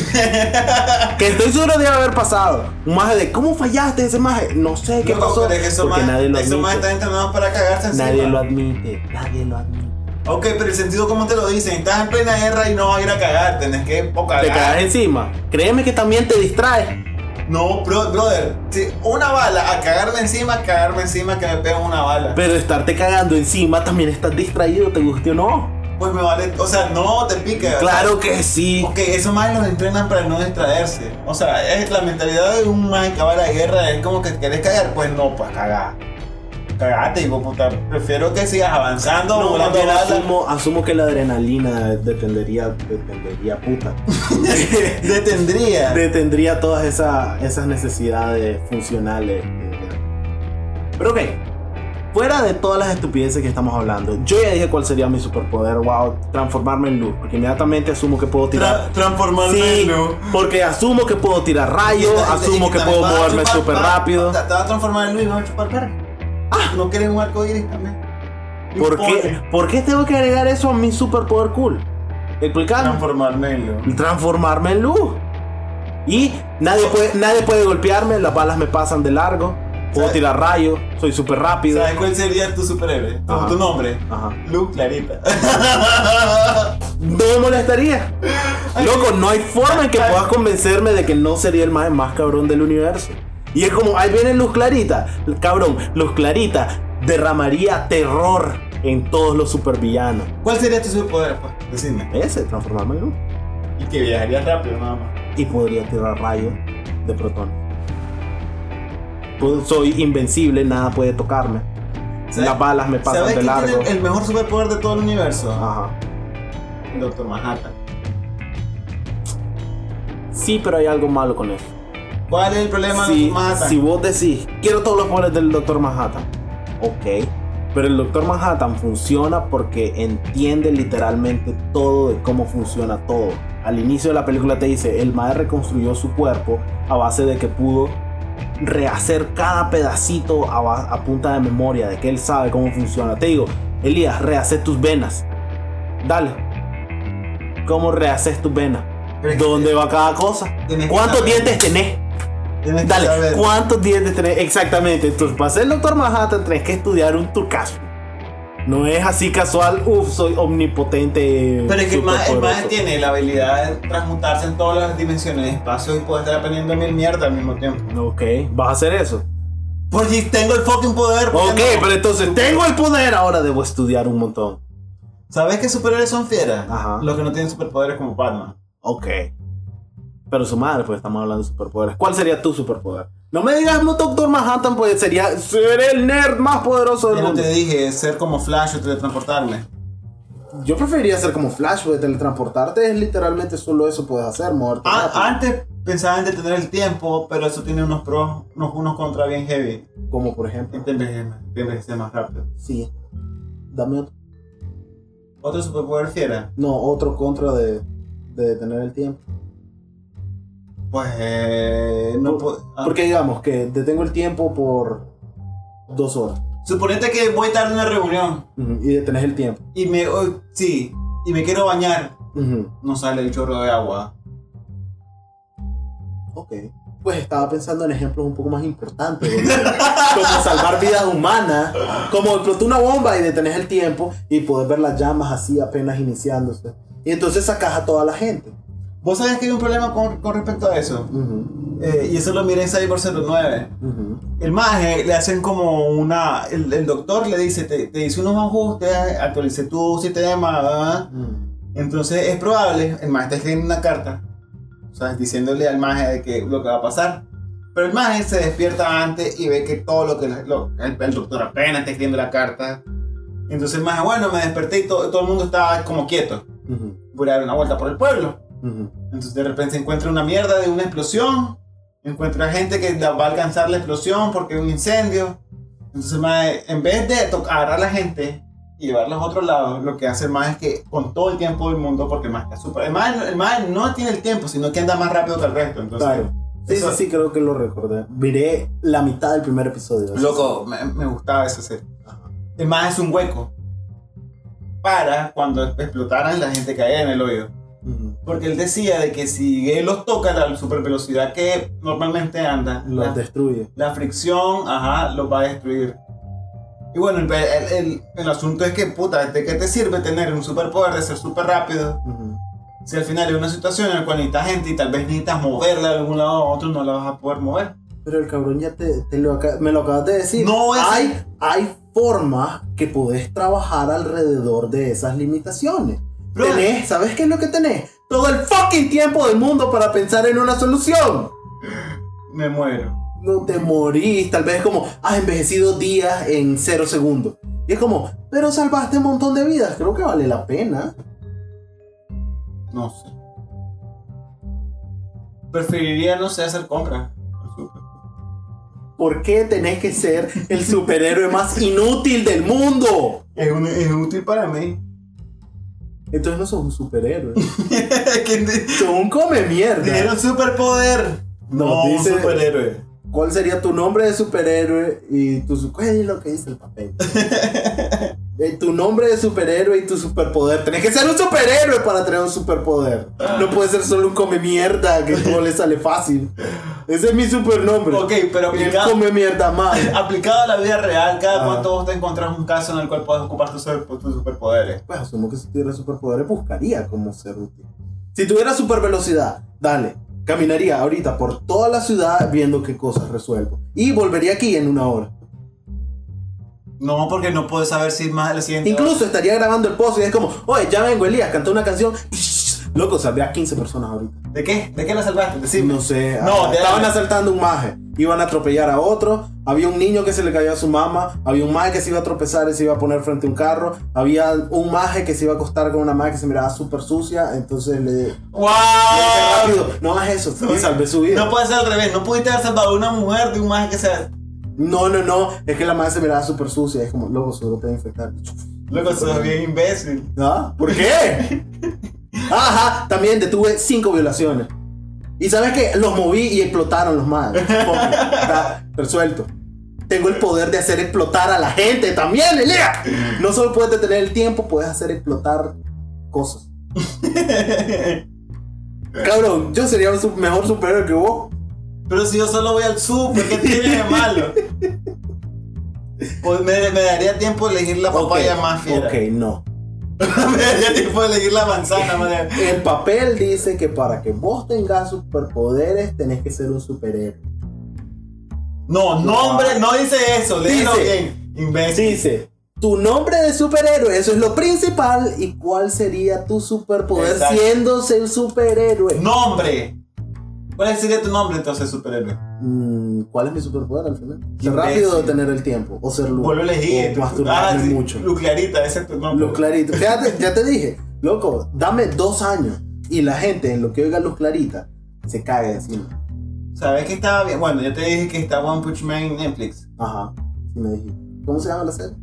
S1: que estoy seguro de haber pasado. Un maje de, ¿cómo fallaste ese maje? No sé qué
S3: Loco,
S1: pasó.
S3: pero es que esos
S1: Porque
S3: majes-
S1: nadie lo
S3: esos majes
S1: admite.
S3: están entrenados para cagarse encima.
S1: Nadie lo admite. Nadie lo admite.
S3: Ok, pero el sentido, ¿cómo te lo dicen? Estás en plena guerra y no vas a ir a cagar, tenés que
S1: Te
S3: o
S1: cagas
S3: cagar.
S1: encima. Créeme que también te distraes.
S3: No, bro- brother, si una bala, a cagarme encima, cagarme encima que me pegan una bala.
S1: Pero estarte cagando encima también estás distraído, te guste o no.
S3: Pues me vale, o sea, no te pica. o sea,
S1: Claro que sí.
S3: Ok, esos maes los entrenan para no distraerse. O sea, es la mentalidad de un mae que va a la guerra es como que querés cagar. Pues no, pues cagar. Cagate, hijo de puta. Prefiero que sigas avanzando,
S1: No,
S3: volando
S1: también
S3: balas.
S1: asumo, asumo que la adrenalina dependería, dependería puta.
S3: Detendría.
S1: Detendría todas esas, esas necesidades funcionales. Pero ok, fuera de todas las estupideces que estamos hablando, yo ya dije cuál sería mi superpoder, wow, transformarme en luz, porque inmediatamente asumo que puedo tirar
S3: Tra- transformarme
S1: Sí,
S3: en luz.
S1: porque asumo que puedo tirar rayos,
S3: Y- y-
S1: asumo
S3: y
S1: que
S3: también
S1: puedo
S3: vas a
S1: moverme
S3: chupar-
S1: súper
S3: vas-
S1: rápido. Ah.
S3: Te, te vas a transformar en luz y vas a chupar verga. No quieres un arco iris también. No
S1: ¿Por
S3: importa. Ah.
S1: qué, ¿Por qué tengo que agregar eso a mi superpoder cool? Explicarme.
S3: Transformarme en luz.
S1: Transformarme en luz. Y nadie puede, nadie puede golpearme, las balas me pasan de largo. Puedo
S3: ¿Sabes?
S1: tirar rayos, soy súper rápido.
S3: ¿Sabes cuál sería tu superhéroe? Tu-
S1: Ajá.
S3: Tu nombre.
S1: Ajá.
S3: Luz Clarita.
S1: No me molestaría. Loco, no hay forma en que puedas convencerme de que no sería el más, más cabrón del universo. Y es como, ahí viene Luz Clarita. Cabrón, Luz Clarita derramaría terror en todos los supervillanos.
S3: ¿Cuál sería tu superpoder? Pues? Decime.
S1: Ese, transformarme en luz.
S3: Y que viajarías rápido nada más.
S1: y podría tirar rayos de protones. Pues Soy invencible, nada puede tocarme.
S3: ¿Sabes-
S1: Las balas me pasan
S3: ¿Sabes
S1: de
S3: quién
S1: largo. Ah.
S3: tiene el mejor superpoder de todo el universo?
S1: Ajá.
S3: Doctor Manhattan.
S1: Sí, pero hay algo malo con eso.
S3: ¿Cuál es el problema
S1: Si,
S3: de Dr. Manhattan?
S1: si vos decís, quiero todos los poderes del Doctor Manhattan. Ok. Pero el Doctor Manhattan funciona porque entiende literalmente todo de cómo funciona todo. Al inicio de la película te dice, el Mae reconstruyó su cuerpo a base de que pudo rehacer cada pedacito a, ba- a punta de memoria, de que él sabe cómo funciona. Te digo, Elías, rehace tus venas. Dale. ¿Cómo rehaces tus venas?
S3: Pero es que-
S1: ¿Dónde va cada cosa?
S3: Tienes que
S1: ¿Cuántos
S3: saber.
S1: dientes tenés?
S3: Tienes que
S1: Dale,
S3: saber.
S1: ¿cuántos dientes tenés? Exactamente. Entonces, para ser el doctor Manhattan tenés que estudiar un turcaso. No es así casual, uff, soy omnipotente.
S3: Pero es que el más, el
S1: superpoderoso.
S3: más tiene la habilidad de transmutarse en todas las dimensiones de espacio y poder estar aprendiendo mil mierda al mismo tiempo.
S1: Ok, vas a hacer eso.
S3: Pues si tengo el fucking poder. ¿por
S1: Ok,
S3: qué no?
S1: pero entonces tengo el poder, ahora debo estudiar un montón.
S3: ¿Sabes que superhéroes son fieras?
S1: Ajá.
S3: Los que no tienen superpoderes como Batman.
S1: Ok. Pero su madre, pues estamos hablando de superpoderes. ¿Cuál sería tu superpoder? No me digas, no, doctor Manhattan, pues sería ser el nerd más poderoso del
S3: Ya no
S1: mundo.
S3: te dije ser como Flash o teletransportarme.
S1: Yo preferiría ser como Flash, porque teletransportarte es literalmente solo eso puedes hacer, moverte.
S3: Ah,
S1: rápido.
S3: antes pensaba en detener el tiempo, pero eso tiene unos pros, unos, unos contra bien heavy.
S1: Como por ejemplo.
S3: Y te envejece más- te envejece más rápido.
S1: Sí. Dame otro.
S3: Otro superpoder fiera,
S1: No, otro contra de, de detener el tiempo.
S3: pues eh, no puedo.
S1: Porque digamos que detengo el tiempo por dos horas.
S3: Suponete que voy tarde a una reunión
S1: Ujú, Y detenés el tiempo.
S3: y me. oh, sí, y me quiero bañar.
S1: Ujú,
S3: No sale el chorro de agua.
S1: Ok. Pues estaba pensando en ejemplos un poco más importantes. boludo. como salvar vidas humanas. Como explotó una bomba y detenés el tiempo y poder ver las llamas así apenas iniciándose. Y entonces sacas a toda la gente.
S3: Vos sabés que hay un problema con, con respecto a eso.
S1: Ujú,
S3: Eh, y eso lo miré en Cyber 09.
S1: ujú.
S3: El maje le hacen como una. El, el doctor le dice: te, te hice unos ajustes, actualicé ah, tu sistema. bla, bla, bla". Entonces es probable, el maje está escribiendo una carta, o sea, diciéndole al maje de que lo que va a pasar. Pero el maje se despierta antes y ve que todo lo que. lo- el, el doctor apenas está escribiendo la carta. Entonces el maje, bueno, me desperté y to- todo el mundo estaba como quieto.
S1: Ujú,
S3: Voy a dar una vuelta por el pueblo.
S1: ujú.
S3: Entonces de repente se encuentra una mierda de una explosión. Encuentra gente que la va a alcanzar la explosión porque es un incendio. Entonces, mae, en vez de to- agarrar a la gente y llevarlos a otro lado, lo que hace el mae es que con todo el tiempo del mundo, porque el mae está súper... El mae, no- el mae no tiene el tiempo, sino que anda más rápido que el resto. Entonces,
S1: Claro. Sí, sí,
S3: eso-
S1: sí, creo que lo recordé. Miré la mitad del primer episodio.
S3: Loco, me, me gustaba esa serie. El mae es un hueco. Para cuando explotaran la gente caía en el hoyo.
S1: Ujú.
S3: Porque él decía de que si él los toca a la super velocidad que normalmente anda,
S1: Los
S3: la-
S1: destruye.
S3: la fricción, ajá, los va a destruir. Y bueno, el, el- el- el asunto es que, puta, ¿de qué te sirve tener un superpoder de ser súper rápido?
S1: Ujú.
S3: Si al final hay una situación en la cual necesitas gente y tal vez necesitas moverla de algún lado a otro, no la vas a poder mover.
S1: Pero el cabrón ya te, te lo aca- me lo acabas de decir.
S3: No, es-
S1: hay, hay formas que podés trabajar alrededor de esas limitaciones.
S3: Bro.
S1: tenés, ¿sabes qué es lo que tenés? Todo el fucking tiempo del mundo para pensar en una solución.
S3: Me muero.
S1: No te morís, tal vez como has envejecido días en cero segundos. Y es como, pero salvaste un montón de vidas, creo que vale la pena.
S3: No sé. Preferiría, no sé, hacer compras. al súper.
S1: ¿Por qué tenés que ser el superhéroe más inútil del mundo?
S3: Es, un- es útil para mí.
S1: Entonces no sos un superhéroe,
S3: ¿Quién di-
S1: sos un come mierda.
S3: Dijeron superpoder.
S1: No,
S3: No, un
S1: dice-
S3: superhéroe.
S1: ¿Cuál sería tu nombre de superhéroe y tu su- ¿Qué es lo que dice el papel? Eh, tu nombre de superhéroe y tu superpoder. Tenés que ser un superhéroe para tener un superpoder. No puedes ser solo un come mierda que todo le sale fácil. Ese es mi supernombre.
S3: Ok, pero
S1: El
S3: aplicado-
S1: come mierda más.
S3: Aplicado a la vida real, cada
S1: Ah.
S3: cuánto vos te encontrás un caso en el cual puedes ocupar tus, super- tus superpoderes.
S1: Pues asumo que si tuviera superpoderes buscaría cómo ser útil. Si tuviera super velocidad, dale, caminaría ahorita por toda la ciudad viendo qué cosas resuelvo. Y volvería aquí en una hora.
S3: No, porque no puedes saber si más la siguiente.
S1: Incluso estaría grabando el post y es como, oye, ya vengo Elías, cantó una canción. Loco, salvé a 15 personas ahorita.
S3: ¿De qué? ¿De qué la salvaste? Decime.
S1: No sé,
S3: No,
S1: ah,
S3: de-
S1: estaban asaltando un maje. Iban a atropellar a otro. Había un niño que se le cayó a su mamá. Había un maje que se iba a tropezar y se iba a poner frente a un carro. Había un maje que se iba a acostar con una maje que se miraba súper sucia. Entonces le,
S3: ¡Wow!
S1: Y ese rápido, no hagas eso. Y salvé su vida.
S3: Ah. No puede ser al revés, no pudiste haber salvado a una mujer de un maje que sea.
S1: No, no, no. Es que la madre se miraba súper sucia. Es como, loco, seguro te va a infectar.
S3: Loco, sos bien imbécil.
S1: ¿Ah? ¿Por qué? Ajá, también detuve cinco violaciones. Y sabes que los moví y explotaron los madres. Está resuelto. Tengo el poder de hacer explotar a la gente también, Elia. No solo puedes detener el tiempo, puedes hacer explotar cosas. Cabrón, yo sería un su- mejor superhéroe que vos.
S3: Pero si yo solo voy al super, ¿qué tiene de malo? Pues me, me daría tiempo de elegir la papaya
S1: Ok,
S3: más fiera.
S1: Ok, no.
S3: me daría tiempo de elegir la manzana, madre.
S1: El papel dice que para que vos tengas superpoderes tenés que ser un superhéroe.
S3: No, nombre, no dice eso, léelo
S1: Dice.
S3: bien. Imbécil.
S1: Dice, tu nombre de superhéroe, eso es lo principal. ¿Y cuál sería tu superpoder
S3: Exacto.
S1: siendo ser superhéroe?
S3: Nombre. ¿Cuál sería tu nombre entonces, superhéroe?
S1: Mm, ¿Cuál es mi superpoder al final? Ser
S3: Imbécil.
S1: rápido o tener el tiempo. O ser luz.
S3: Vuelvo a elegir.
S1: O masturbarme
S3: Oh, ah, sí,
S1: mucho.
S3: Luclarita, ese es tu nombre.
S1: Luz clarita. Fíjate, ya te dije, loco, dame dos años y la gente en lo que oiga luz clarita se cae encima.
S3: ¿Sabes que estaba bien? Bueno, yo te dije que está One Punch Man en Netflix.
S1: Ajá. Y me dijiste, ¿cómo se llama la serie?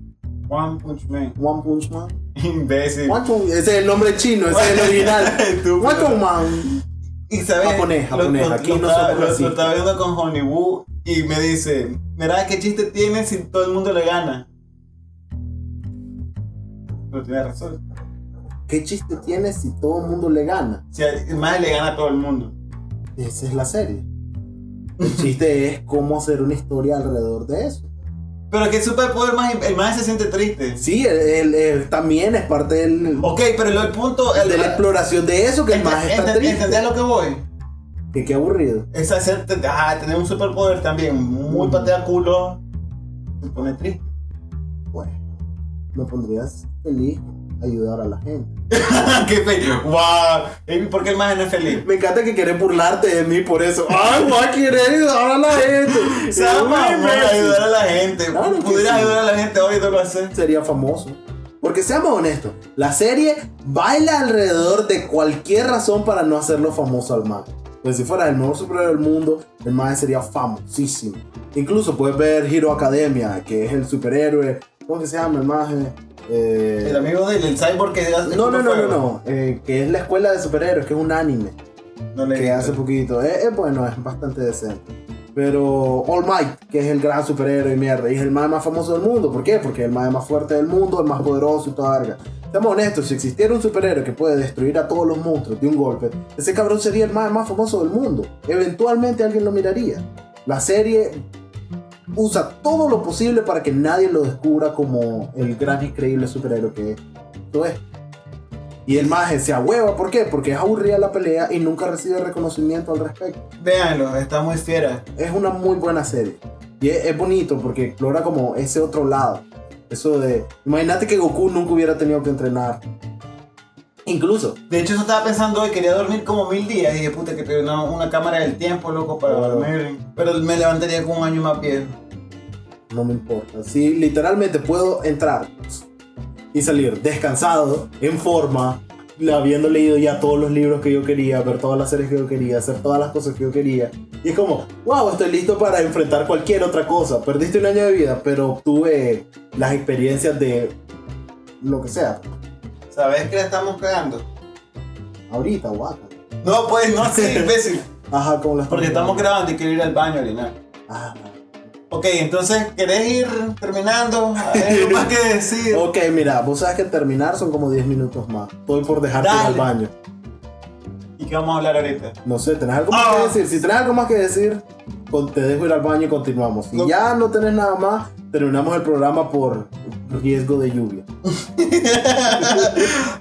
S3: One Punch Man.
S1: One Punch Man.
S3: Imbécil.
S1: Guancho, ese es el nombre chino, ese es el original.
S3: Estúpido.
S1: Guancho Man.
S3: Y sabes.
S1: Japonés, japonés,
S3: Lo,
S1: aquí
S3: lo
S1: no
S3: estaba-
S1: somos
S3: lo- lo
S1: racistas.
S3: estaba viendo con Hollywood y me dice: Mirá, qué chiste tiene si todo el mundo le gana. Pero tiene razón.
S1: ¿Qué chiste tiene si todo el mundo le gana?
S3: Si al- más le gana a todo el mundo.
S1: Esa es la serie. El chiste es cómo hacer una historia alrededor de eso.
S3: Pero que superpoder más. El más se siente triste.
S1: Sí, él, él- él también es parte del,
S3: Ok, pero lo- el punto. El,
S1: de la exploración de eso, que el más está
S3: ente-
S1: triste.
S3: ¿Entendés lo que voy?
S1: Que qué aburrido.
S3: Es hacer. te- Ajá, tener un superpoder también.
S1: Mm.
S3: Muy patea culo. Te pone triste.
S1: Bueno, me pondrías feliz ayudar a la gente.
S3: ¡Qué feo! ¡Wow! Ey, ¿Por qué el más no es feliz?
S1: Me encanta que querés burlarte de mí por eso. Ah, ¡Ay, voy a querer ayudar a la gente!
S3: Se llama
S1: Uy,
S3: amor,
S1: imbécil.
S3: ayudar a la gente.
S1: Claro que
S3: Pudieras
S1: sí.
S3: ayudar a la gente hoy y no lo haces.
S1: sería famoso. Porque seamos honestos, la serie baila alrededor de cualquier razón para no hacerlo famoso al man. Pues si fuera el mejor superhéroe del mundo, el man sería famosísimo. Incluso puedes ver Hero Academia, que es el superhéroe. ¿Cómo que se llama el maje? Eh,
S3: El amigo del el cyborg que hace
S1: no, no, no, no,
S3: fuego.
S1: no. eh, que es la escuela de superhéroes, que es un anime
S3: No le
S1: que hace poquito. Es, es bueno, es bastante decente. Pero All Might, que es el gran superhéroe y mierda, y es el más, más famoso del mundo. ¿Por qué? Porque es el más, más fuerte del mundo, el más poderoso y toda verga. Seamos honestos, si existiera un superhéroe que puede destruir a todos los monstruos de un golpe, ese cabrón sería el más, más famoso del mundo. Eventualmente alguien lo miraría. La serie usa todo lo posible para que nadie lo descubra como el gran increíble superhéroe que es. Esto es. Y el maje se ahueva, ¿por qué? Porque es aburrida la pelea y nunca recibe reconocimiento al respecto.
S3: Véanlo, está muy fiera.
S1: Es una muy buena serie. Y es, es bonito porque explora como ese otro lado. Eso de... Imagínate que Goku nunca hubiera tenido que entrenar. Incluso.
S3: De hecho, eso estaba pensando hoy, quería dormir como mil días y dije, puta, que tengo una, una cámara del tiempo, loco, para
S1: Claro.
S3: dormir. Pero me levantaría con un año más viejo.
S1: No me importa. Si literalmente puedo entrar y salir descansado, en forma, habiendo leído ya todos los libros que yo quería, ver todas las series que yo quería, hacer todas las cosas que yo quería. Y es como, wow, estoy listo para enfrentar cualquier otra cosa. Perdiste un año de vida, pero obtuve las experiencias de lo que sea.
S3: ¿Sabes que la estamos cagando?
S1: Ahorita, guaca.
S3: No, pues no, sí, imbécil.
S1: Ajá, como las
S3: Porque estamos grabando y quiero ir al baño, orinar.
S1: Ah.
S3: Ok, entonces, ¿querés ir terminando? Hay algo más que decir.
S1: Ok, mira, vos sabes que terminar son como 10 minutos más. Estoy por dejarte ir
S3: Dale.
S1: al baño.
S3: ¿Y qué vamos a hablar ahorita?
S1: No sé, ¿tenés algo más
S3: Ah.
S1: que decir? Si tenés algo más que decir, con- te dejo ir al baño y continuamos. Si
S3: No.
S1: ya no tenés nada más, terminamos el programa por riesgo de lluvia.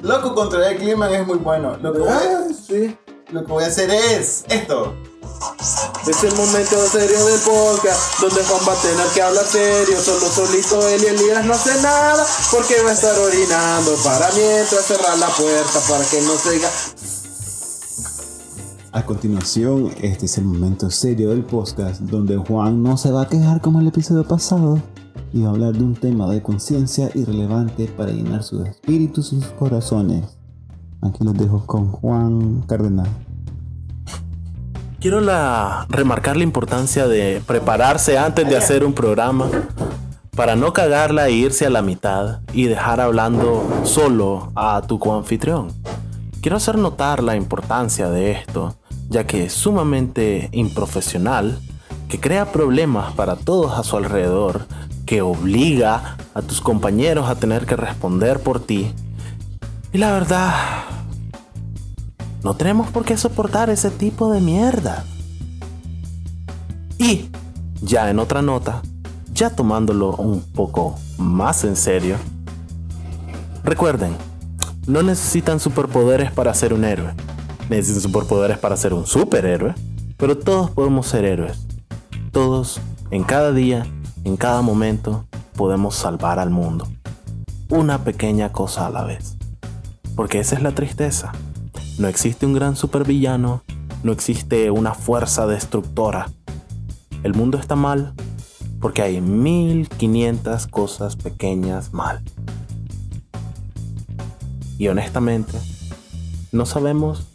S3: Loco, controlar el clima es muy bueno. Lo que, voy a,
S1: Ah, sí.
S3: lo que voy a hacer es esto.
S1: Es el momento serio del podcast, donde Juan va a tener que hablar serio. Solo solito él y Elías no hace nada, porque va a estar orinando para mientras cerrar la puerta para que no se oiga.
S2: A continuación, este es el momento serio del podcast donde Juan no se va a quejar como el episodio pasado y va a hablar de un tema de conciencia irrelevante para llenar sus espíritus y sus corazones. Aquí los dejo con Juan Cardenal.
S5: Quiero la, remarcar la importancia de prepararse antes de hacer un programa para no cagarla e irse a la mitad y dejar hablando solo a tu coanfitrión. Quiero hacer notar la importancia de esto, ya que es sumamente improfesional, que crea problemas para todos a su alrededor, que obliga a tus compañeros a tener que responder por ti. Y la verdad, no tenemos por qué soportar ese tipo de mierda. Y, ya en otra nota, ya tomándolo un poco más en serio, recuerden, no necesitan superpoderes para ser un héroe. Necesitan superpoderes para ser un superhéroe, pero todos podemos ser héroes. Todos, en cada día, en cada momento, podemos salvar al mundo. Una pequeña cosa a la vez. Porque esa es la tristeza. No existe un gran supervillano, no existe una fuerza destructora. El mundo está mal porque hay 1500 cosas pequeñas mal. Y honestamente, no sabemos...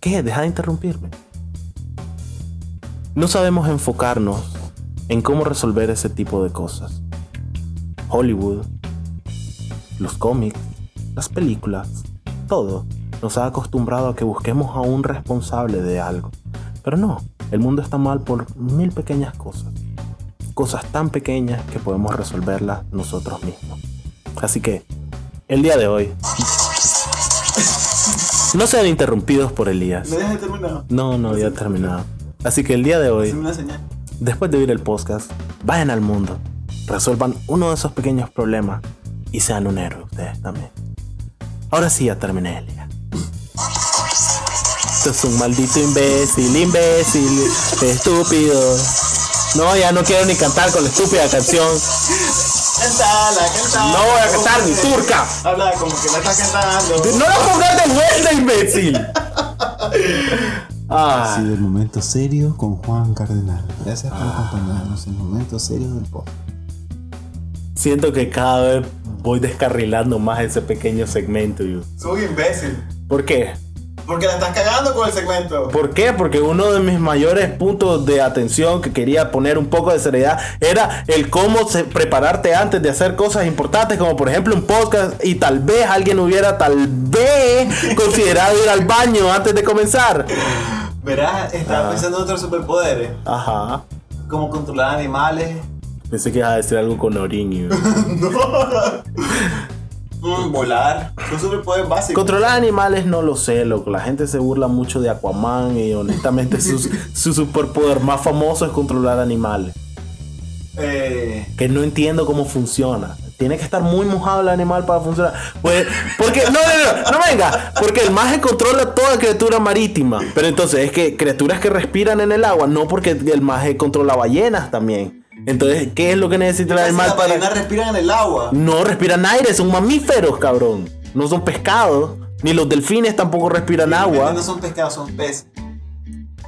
S5: ¿Qué? Deja de interrumpirme. No sabemos enfocarnos en cómo resolver ese tipo de cosas. Hollywood, los cómics, las películas, todo nos ha acostumbrado a que busquemos a un responsable de algo. Pero no, el mundo está mal por mil pequeñas cosas. Cosas tan pequeñas que podemos resolverlas nosotros mismos. Así que, el día de hoy... No sean interrumpidos por Elías.
S3: ¿Me dejas terminar?
S5: No, no había terminado. Así que el día de hoy
S3: Hazme una señal.
S1: Después de oír el podcast, vayan al mundo, resuelvan uno de esos pequeños problemas y sean un héroe ustedes también. Ahora sí ya terminé el día. Esto es un maldito imbécil, imbécil, estúpido. No, ya no quiero ni cantar con la estúpida canción.
S3: Cantala, cantala.
S1: No voy a cantar ni turca.
S3: Habla como que la está cantando.
S1: No lo pongas de vuelta, imbécil.
S2: Ha
S1: Ah,
S2: sido el momento serio con Juan Cardenal. Gracias por acompañarnos en el momento serio del podcast.
S1: siento que cada vez voy descarrilando más ese pequeño segmento. yo.
S3: Soy imbécil.
S1: ¿Por qué?
S3: Porque la estás cagando con el segmento.
S1: ¿Por qué? Porque uno de mis mayores puntos de atención que quería poner un poco de seriedad era el cómo se- prepararte antes de hacer cosas importantes, como por ejemplo un podcast, y tal vez alguien hubiera tal vez considerado ir al baño antes de comenzar.
S3: Verás, estaba pensando en otros superpoderes.
S1: Ajá.
S3: Como controlar animales.
S1: Pensé que ibas a decir algo con Oriño.
S3: Mm, volar. Son superpoderes básicos.
S1: Controlar animales no lo sé, loco. La gente se burla mucho de Aquaman y honestamente su, su superpoder más famoso es controlar animales.
S3: Eh,
S1: que no entiendo cómo funciona. Tiene que estar muy mojado el animal para funcionar. Pues, porque, no, no, no, no venga. Porque el maje controla toda criatura marítima. Pero entonces es que criaturas que respiran en el agua, no porque el maje controla ballenas también. Entonces, ¿qué es lo que necesita el
S3: las
S1: animal para.?
S3: ballenas respiran en el agua.
S1: No respiran aire, son mamíferos, cabrón. No son pescados. Ni los delfines tampoco respiran agua.
S3: No son pescados, son peces.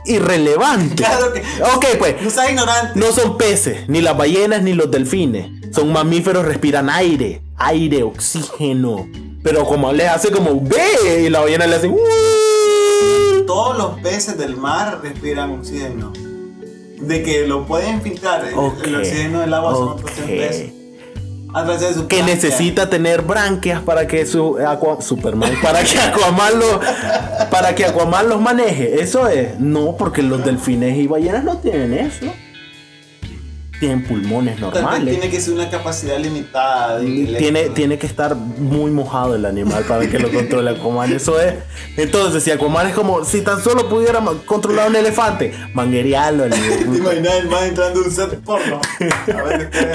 S1: Irrelevante.
S3: Claro que-
S1: Ok, pues.
S3: No seas ignorante.
S1: No son peces, ni las ballenas, ni los delfines. Son mamíferos, respiran aire, aire, oxígeno. Pero como les hace como ve y la ballena le hace "Uh".
S3: Todos los peces del mar respiran oxígeno. De que lo pueden filtrar. el-
S1: Ok,
S3: El oxígeno del agua son otros
S1: ok.
S3: 100 peces. A través de su
S1: Que
S3: plancha.
S1: necesita tener branquias para que su Aqua- Superman, para que Aquaman lo- para que Aquaman los maneje. Eso es. No, porque los delfines y ballenas no tienen eso. Tienen pulmones
S3: Tal vez
S1: normales.
S3: Tiene que ser una capacidad limitada. de intelecto.
S1: Mm, Tiene, tiene que estar muy mojado el animal para que lo controle Aquaman. Eso es. Entonces, si Aquaman es como si tan solo pudiera ma- controlar un elefante, manguerearlo. al-
S3: ¿Te imaginas el man entrando a un set porno? A ver, ¿qué?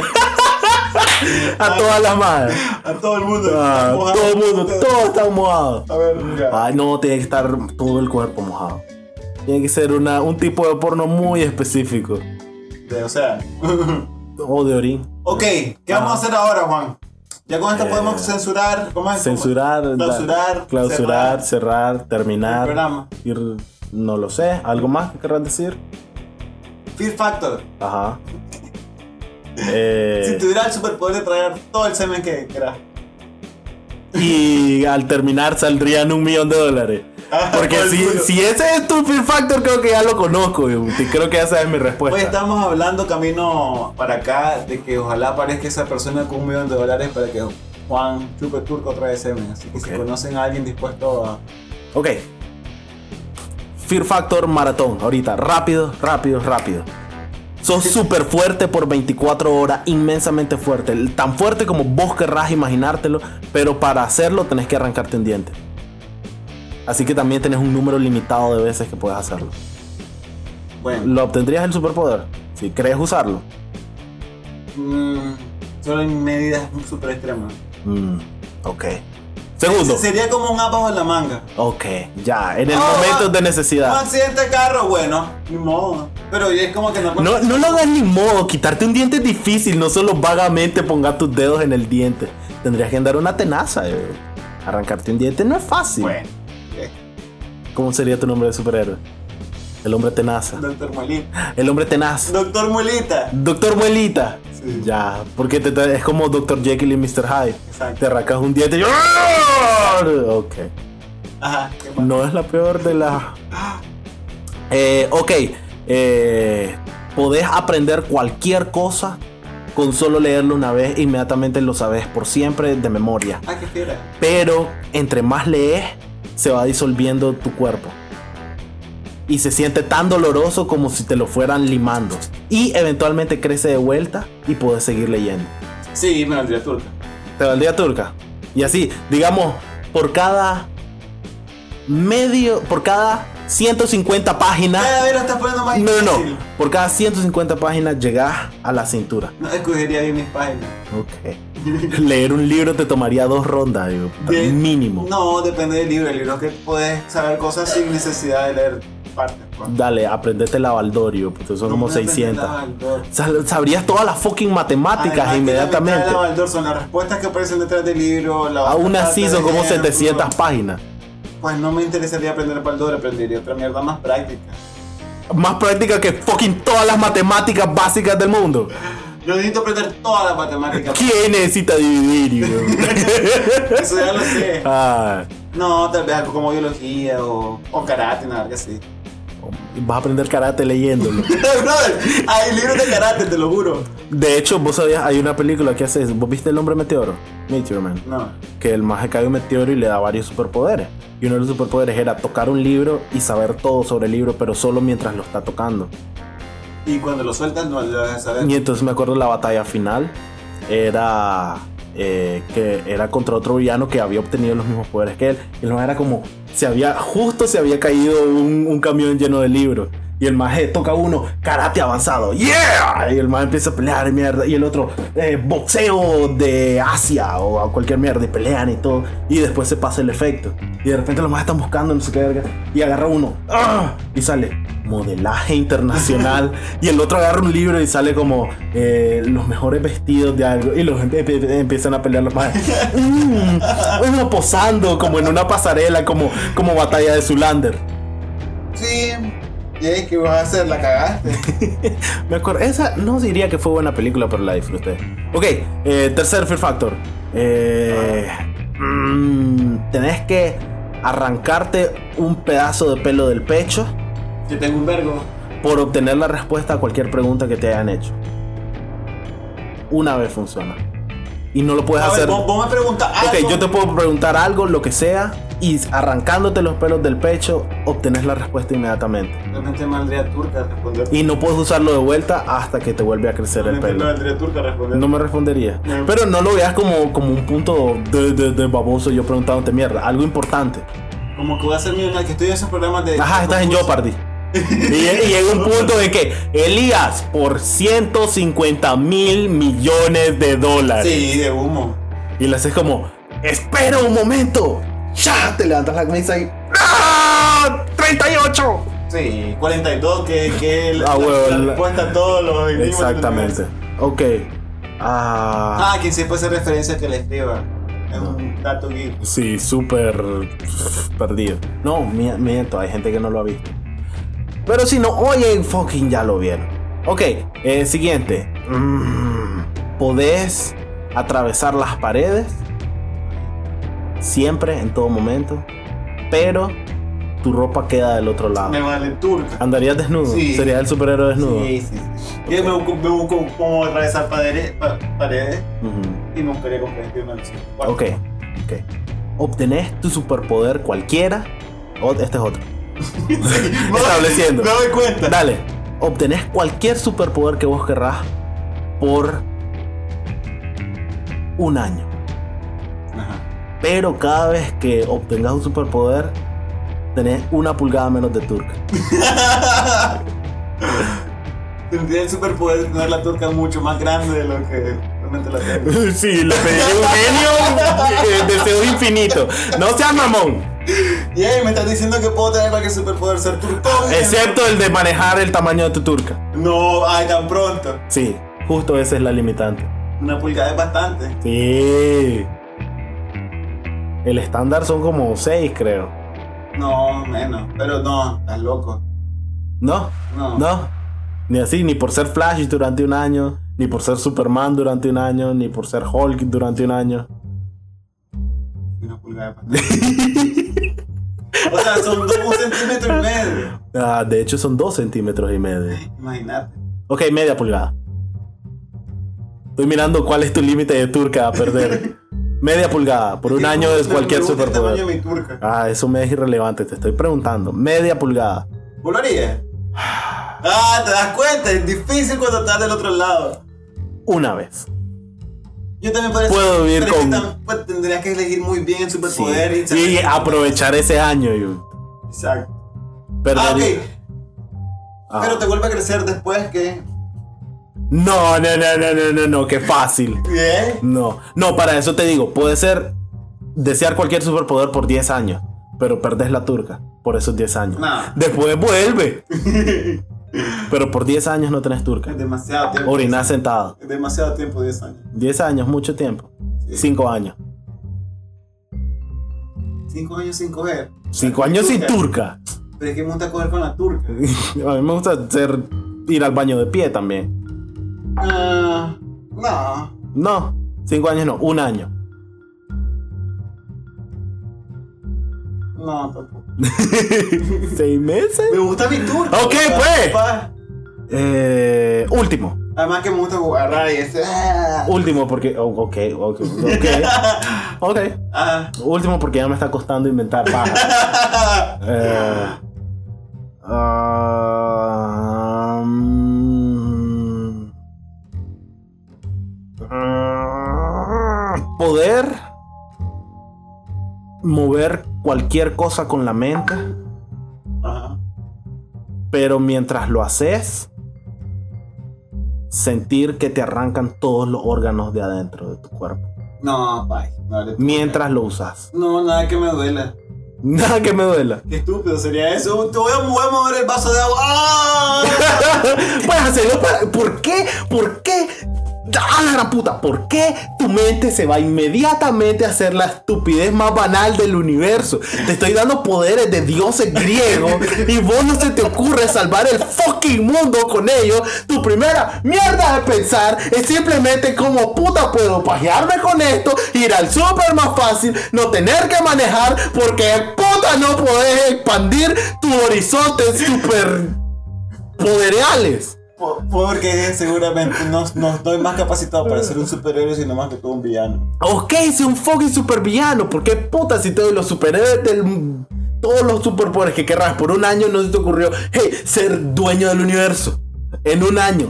S1: A todas las madres.
S3: a todo el mundo.
S1: A
S3: Mojado.
S1: Ah, todo el mundo, todo está mojado.
S3: A ver, ya.
S1: Ay, no, tiene que estar todo el cuerpo mojado. Tiene que ser una, un tipo de porno muy específico.
S3: De- O sea.
S1: O de orín.
S3: ok, ¿qué vamos a hacer ahora, Juan? Ya con esto
S1: Ah. Eh,
S3: podemos censurar. ¿Cómo es?
S1: Censurar, dar-
S3: Clausurar.
S1: clausurar, cerrar,
S3: cerrar.
S1: terminar.
S3: El programa.
S1: Ir, no lo sé. ¿Algo más que querrán decir?
S3: Fear Factor.
S1: Ajá. Eh,
S3: Si tuviera el superpoder de traer todo el semen que quieras.
S1: y al terminar saldrían un millón de dólares.
S3: Ah,
S1: Porque
S3: por el
S1: si,
S3: culo.
S1: si ese es tu Fear Factor, creo que ya lo conozco. yo, y Creo que esa es mi
S3: Hoy
S1: respuesta.
S3: estamos hablando camino para acá de que ojalá aparezca esa persona con un millón de dólares para que Juan Chupe Turco trae semen. Así que
S1: Ok.
S3: si conocen a alguien dispuesto a.
S1: Ok. Fear Factor maratón. Ahorita, rápido, rápido, rápido. Sos súper fuerte por 24 horas, inmensamente fuerte. Tan fuerte como vos querrás imaginártelo, pero para hacerlo tenés que arrancarte un diente. Así que también tenés un número limitado de veces que puedes hacerlo.
S3: Bueno,
S1: ¿Lo obtendrías el superpoder? Si crees usarlo.
S3: mm, solo en medidas super extremas.
S1: Mm, ok. Segundo.
S3: Sería como un as bajo la manga.
S1: Ok, ya. En el
S3: Ah,
S1: momento de
S3: Un
S1: necesidad.
S3: accidente de carro, bueno, ni modo. Pero es como que no.
S1: No, no lo hagas ni modo. Quitarte un diente es difícil. No solo vagamente pongas tus dedos en el diente. Tendrías que andar una tenaza. eh. Arrancarte un diente no es fácil.
S3: Bueno, eh,
S1: ¿Cómo sería tu nombre de superhéroe? El hombre tenaza.
S3: Doctor Molita.
S1: El hombre tenaz.
S3: Doctor Molita.
S1: Doctor Muelita.
S3: Sí.
S1: Ya, porque te tra- es como Doctor Jekyll y Mr. Hyde.
S3: Exacto.
S1: Te arrancas un diente y... ¡Ah! Ok.
S3: Ajá, qué mal.
S1: No es la peor de las. Eh, ok. eh, podés aprender cualquier cosa con solo leerlo una vez. Inmediatamente lo sabes por siempre de memoria.
S3: Ah, qué fiera.
S1: Pero entre más lees, se va disolviendo tu cuerpo. Y se siente tan doloroso como si te lo fueran limando. Y eventualmente crece de vuelta y puedes seguir leyendo.
S3: Sí, me vendría turca.
S1: Te valdría turca. Y así, digamos, por cada medio, por cada 150 páginas.
S3: Cada vez lo estás poniendo más
S1: Ah. No, no,
S3: difícil.
S1: no. Por cada 150 páginas llegás a la cintura.
S3: No escogería bien mis páginas.
S1: Ok. Leer un libro te tomaría dos rondas, digo.
S3: De-
S1: mínimo.
S3: No, depende del libro. El libro que puedes saber cosas sin necesidad de leer partes. pues.
S1: Dale, aprendete la Baldorio, porque son
S3: No
S1: como
S3: me depende
S1: 600.
S3: nada del autor.
S1: Sab- Sabrías todas las fucking matemáticas
S3: Además, La
S1: inmediatamente.
S3: mitad de la Baldor son las respuestas que aparecen detrás del libro. la
S1: Aún
S3: otra
S1: así
S3: parte
S1: son
S3: de
S1: como
S3: ejemplo.
S1: 700 páginas.
S3: Pues no me interesaría aprender Baldor, aprendería otra mierda más práctica.
S1: Más práctica que fucking todas las matemáticas básicas del mundo.
S3: Yo necesito aprender todas las matemáticas.
S1: ¿Quién necesita dividir? güey?
S3: Eso ya lo sé.
S1: Ah,
S3: No, tal vez algo como biología o, o karate, nada que así.
S1: vas a aprender karate leyéndolo.
S3: Brother, hay libros de karate, te lo juro.
S1: De hecho, vos sabías, hay una película que hace eso. ¿Vos viste El Hombre Meteoro? Meteor Man.
S3: No.
S1: Que el maje cae un meteoro y le da varios superpoderes. Y uno de los superpoderes era tocar un libro y saber todo sobre el libro, pero solo mientras lo está tocando.
S3: Y cuando lo sueltan, no lo vas a saber.
S1: Y entonces me acuerdo la batalla final era eh, que era contra otro villano que había obtenido los mismos poderes que él. Y el maje era como se había justo se había caído un, un camión lleno de libros. Y el maje toca uno, karate avanzado, ¡yeah! Y el maje empieza a pelear, mierda. Y el otro, eh, boxeo de Asia o a cualquier mierda, y pelean y todo. Y después se pasa el efecto. Y de repente los majes están buscando, no sé qué verga. Y agarra uno, ¡ah! Y sale, modelaje internacional y el otro agarra un libro y sale como eh, los mejores vestidos de algo y los empe- empe- empiezan a pelear los más Mm, uno posando como en una pasarela como como batalla de Zulander
S3: Sí. Y ahí, ¿qué vas a hacer? La cagaste.
S1: me acuerdo esa no diría que fue buena película pero la disfruté ok eh, tercer Fear Factor Eh, mm, tenés que arrancarte un pedazo de pelo del pecho
S3: Yo tengo un vergo.
S1: por obtener la respuesta a cualquier pregunta que te hayan hecho. Una vez funciona. Y no lo puedes
S3: A ver,
S1: hacer.
S3: vos, vos me preguntas algo.
S1: ok, yo te puedo preguntar algo, lo que sea, y arrancándote los pelos del pecho, obtenés la respuesta inmediatamente.
S3: Realmente me valdría turca responder.
S1: Y no puedes usarlo de vuelta hasta que te vuelve a crecer el
S3: Realmente me
S1: pelo.
S3: valdría turca responder.
S1: No me respondería.
S3: No.
S1: Pero no lo veas como, como un punto de, de- de baboso yo preguntándote mierda. Algo importante.
S3: Como que voy a ser millonario, que estoy en esos programas de.
S1: Ajá, estás en
S3: concurso.
S1: Jeopardy. Y, lle- y llega un punto de que Elías por 150 mil millones de dólares.
S3: Sí, de humo.
S1: Y le haces como, espera un momento.
S6: ¡Cha! Te levantas la camisa y.
S1: ¡Ah! ¡38!
S3: Sí, 42, que, que la,
S1: Ah, huevo,
S3: la
S1: la-
S3: respuesta a todos los enigmas
S1: Exactamente.
S3: del universo.
S1: Ok. Ah,
S3: Ah, que se puede hacer referencia que le escriba. Es un dato geek.
S1: sí, súper perdido. No, mi- miento, hay gente que no lo ha visto. Pero si no, oye, fucking ya lo vieron. Ok, eh, siguiente. Mm, ¿Podés atravesar las paredes? Siempre, en todo momento. Pero tu ropa queda del otro lado.
S3: Me vale turca.
S1: ¿Andarías desnudo?
S3: Sí.
S1: ¿Serías el superhéroe desnudo?
S3: Sí, sí, sí. Yo me busco, me busco cómo atravesar paredes, pa- paredes
S1: Ujú.
S3: y me gustaría convertirme en un superhéroe.
S1: Ok, ok. Obtenés tu superpoder cualquiera. O- este es otro.
S3: No,
S1: Estableciendo.
S3: Me doy cuenta.
S1: Dale, obtenés cualquier superpoder que vos querrás por un año.
S3: Ajá.
S1: Pero cada vez que obtengas un superpoder, tenés una pulgada menos de turca.
S3: Tendría el superpoder de tener la turca mucho más grande de lo que realmente la tengo.
S1: Sí, lo pedí un genio, deseo infinito. No seas mamón.
S3: Y ahí me estás diciendo que puedo tener cualquier superpoder ser turcón.
S1: Excepto el de manejar el tamaño de tu turca.
S3: No, ay, tan pronto.
S1: Sí, justo esa es la limitante.
S3: Una pulgada es bastante.
S1: Sí. El estándar son como 6, creo.
S3: No, menos. Pero no, estás loco.
S1: ¿No?
S3: No.
S1: No. Ni así, ni por ser Flash durante un año, ni por ser Superman durante un año, ni por ser Hulk durante un año.
S3: Una pulgada es bastante. o sea, son dos, un centímetro y medio.
S1: Ah, de hecho, son 2 centímetros y medio.
S3: Imagínate.
S1: Ok, media pulgada. Estoy mirando cuál es tu límite de turca a perder. media pulgada, por un año es
S3: Me-
S1: cualquier
S3: me gusta el tamaño
S1: superpoder.
S3: de mi turca.
S1: Ah, eso me es irrelevante, te estoy preguntando. Media pulgada.
S3: ¿Vos lo harías? Ah, te das cuenta, es difícil cuando estás del otro lado.
S1: Una vez.
S3: Yo también parece
S1: Puedo vivir
S3: pero es que
S1: con-
S3: tam- pues, tendrías que elegir muy bien el
S1: Sí.
S3: superpoder y
S1: Ah, Y aprovechar ese año. yo.
S3: Exacto. Ah,
S1: Perdería.
S3: ok.
S1: Ah.
S3: Pero te vuelve a crecer después que.
S1: No, no, no, no, no, no, no, qué fácil.
S3: Bien.
S1: No, no, para eso te digo, puede ser desear cualquier superpoder por 10 años, pero perdés la turca por esos 10 años.
S3: No.
S1: Después vuelve. pero por 10 años no tenés turca.
S3: Es demasiado tiempo.
S1: Orinar sentado.
S3: Es demasiado tiempo, 10 años.
S1: 10 años, mucho tiempo. 5 años.
S3: 5 años sin coger.
S1: 5 años sin turca.
S3: Pero es que me gusta coger con la turca.
S1: A mí me gusta ser, ir al baño de pie también.
S3: Ah, no.
S1: No, 5 años no, un año.
S3: No, tampoco.
S1: 6 meses.
S3: Me gusta mi turca.
S1: Ok,
S3: papá,
S1: pues.
S3: papá.
S1: Eh, último.
S3: Además que me gusta jugar y ese. Ah,
S1: Último porque. oh, ok, ok, ok. Ok. Uh.
S3: ah,
S1: Último porque ya me está costando inventar paja. Eh, ah, mm, ah, poder mover cualquier cosa con la mente,
S3: ajá.
S1: pero mientras lo haces, sentir que te arrancan todos los órganos de adentro de tu cuerpo.
S3: No, bye. No, le-
S1: Mientras lo usas.
S3: No, nada que me duela.
S1: Nada que me duela.
S3: Qué estúpido sería eso. Te voy a, voy a mover el vaso de agua. ¡Ah!
S1: Puedes hacerlo para. ¿Por qué? ¿Por qué? ¡A la gran puta! ¿Por qué tu mente se va inmediatamente a hacer la estupidez más banal del universo? Te estoy dando poderes de dioses griegos y vos no se te ocurre salvar el fucking mundo con ellos. Tu primera mierda de pensar es simplemente cómo puta puedo pajearme con esto, ir al super más fácil, no tener que manejar porque puta no podés expandir tu horizonte super podereales.
S3: Por- Porque seguramente no, no estoy más capacitado para ser un superhéroe, sino más que todo un villano.
S1: Ok, es un fucking supervillano. ¿Por qué puta si te doy los superhéroes del- Todos los superpoderes que querrás por un año no se te ocurrió, hey, ser dueño del universo. En un año.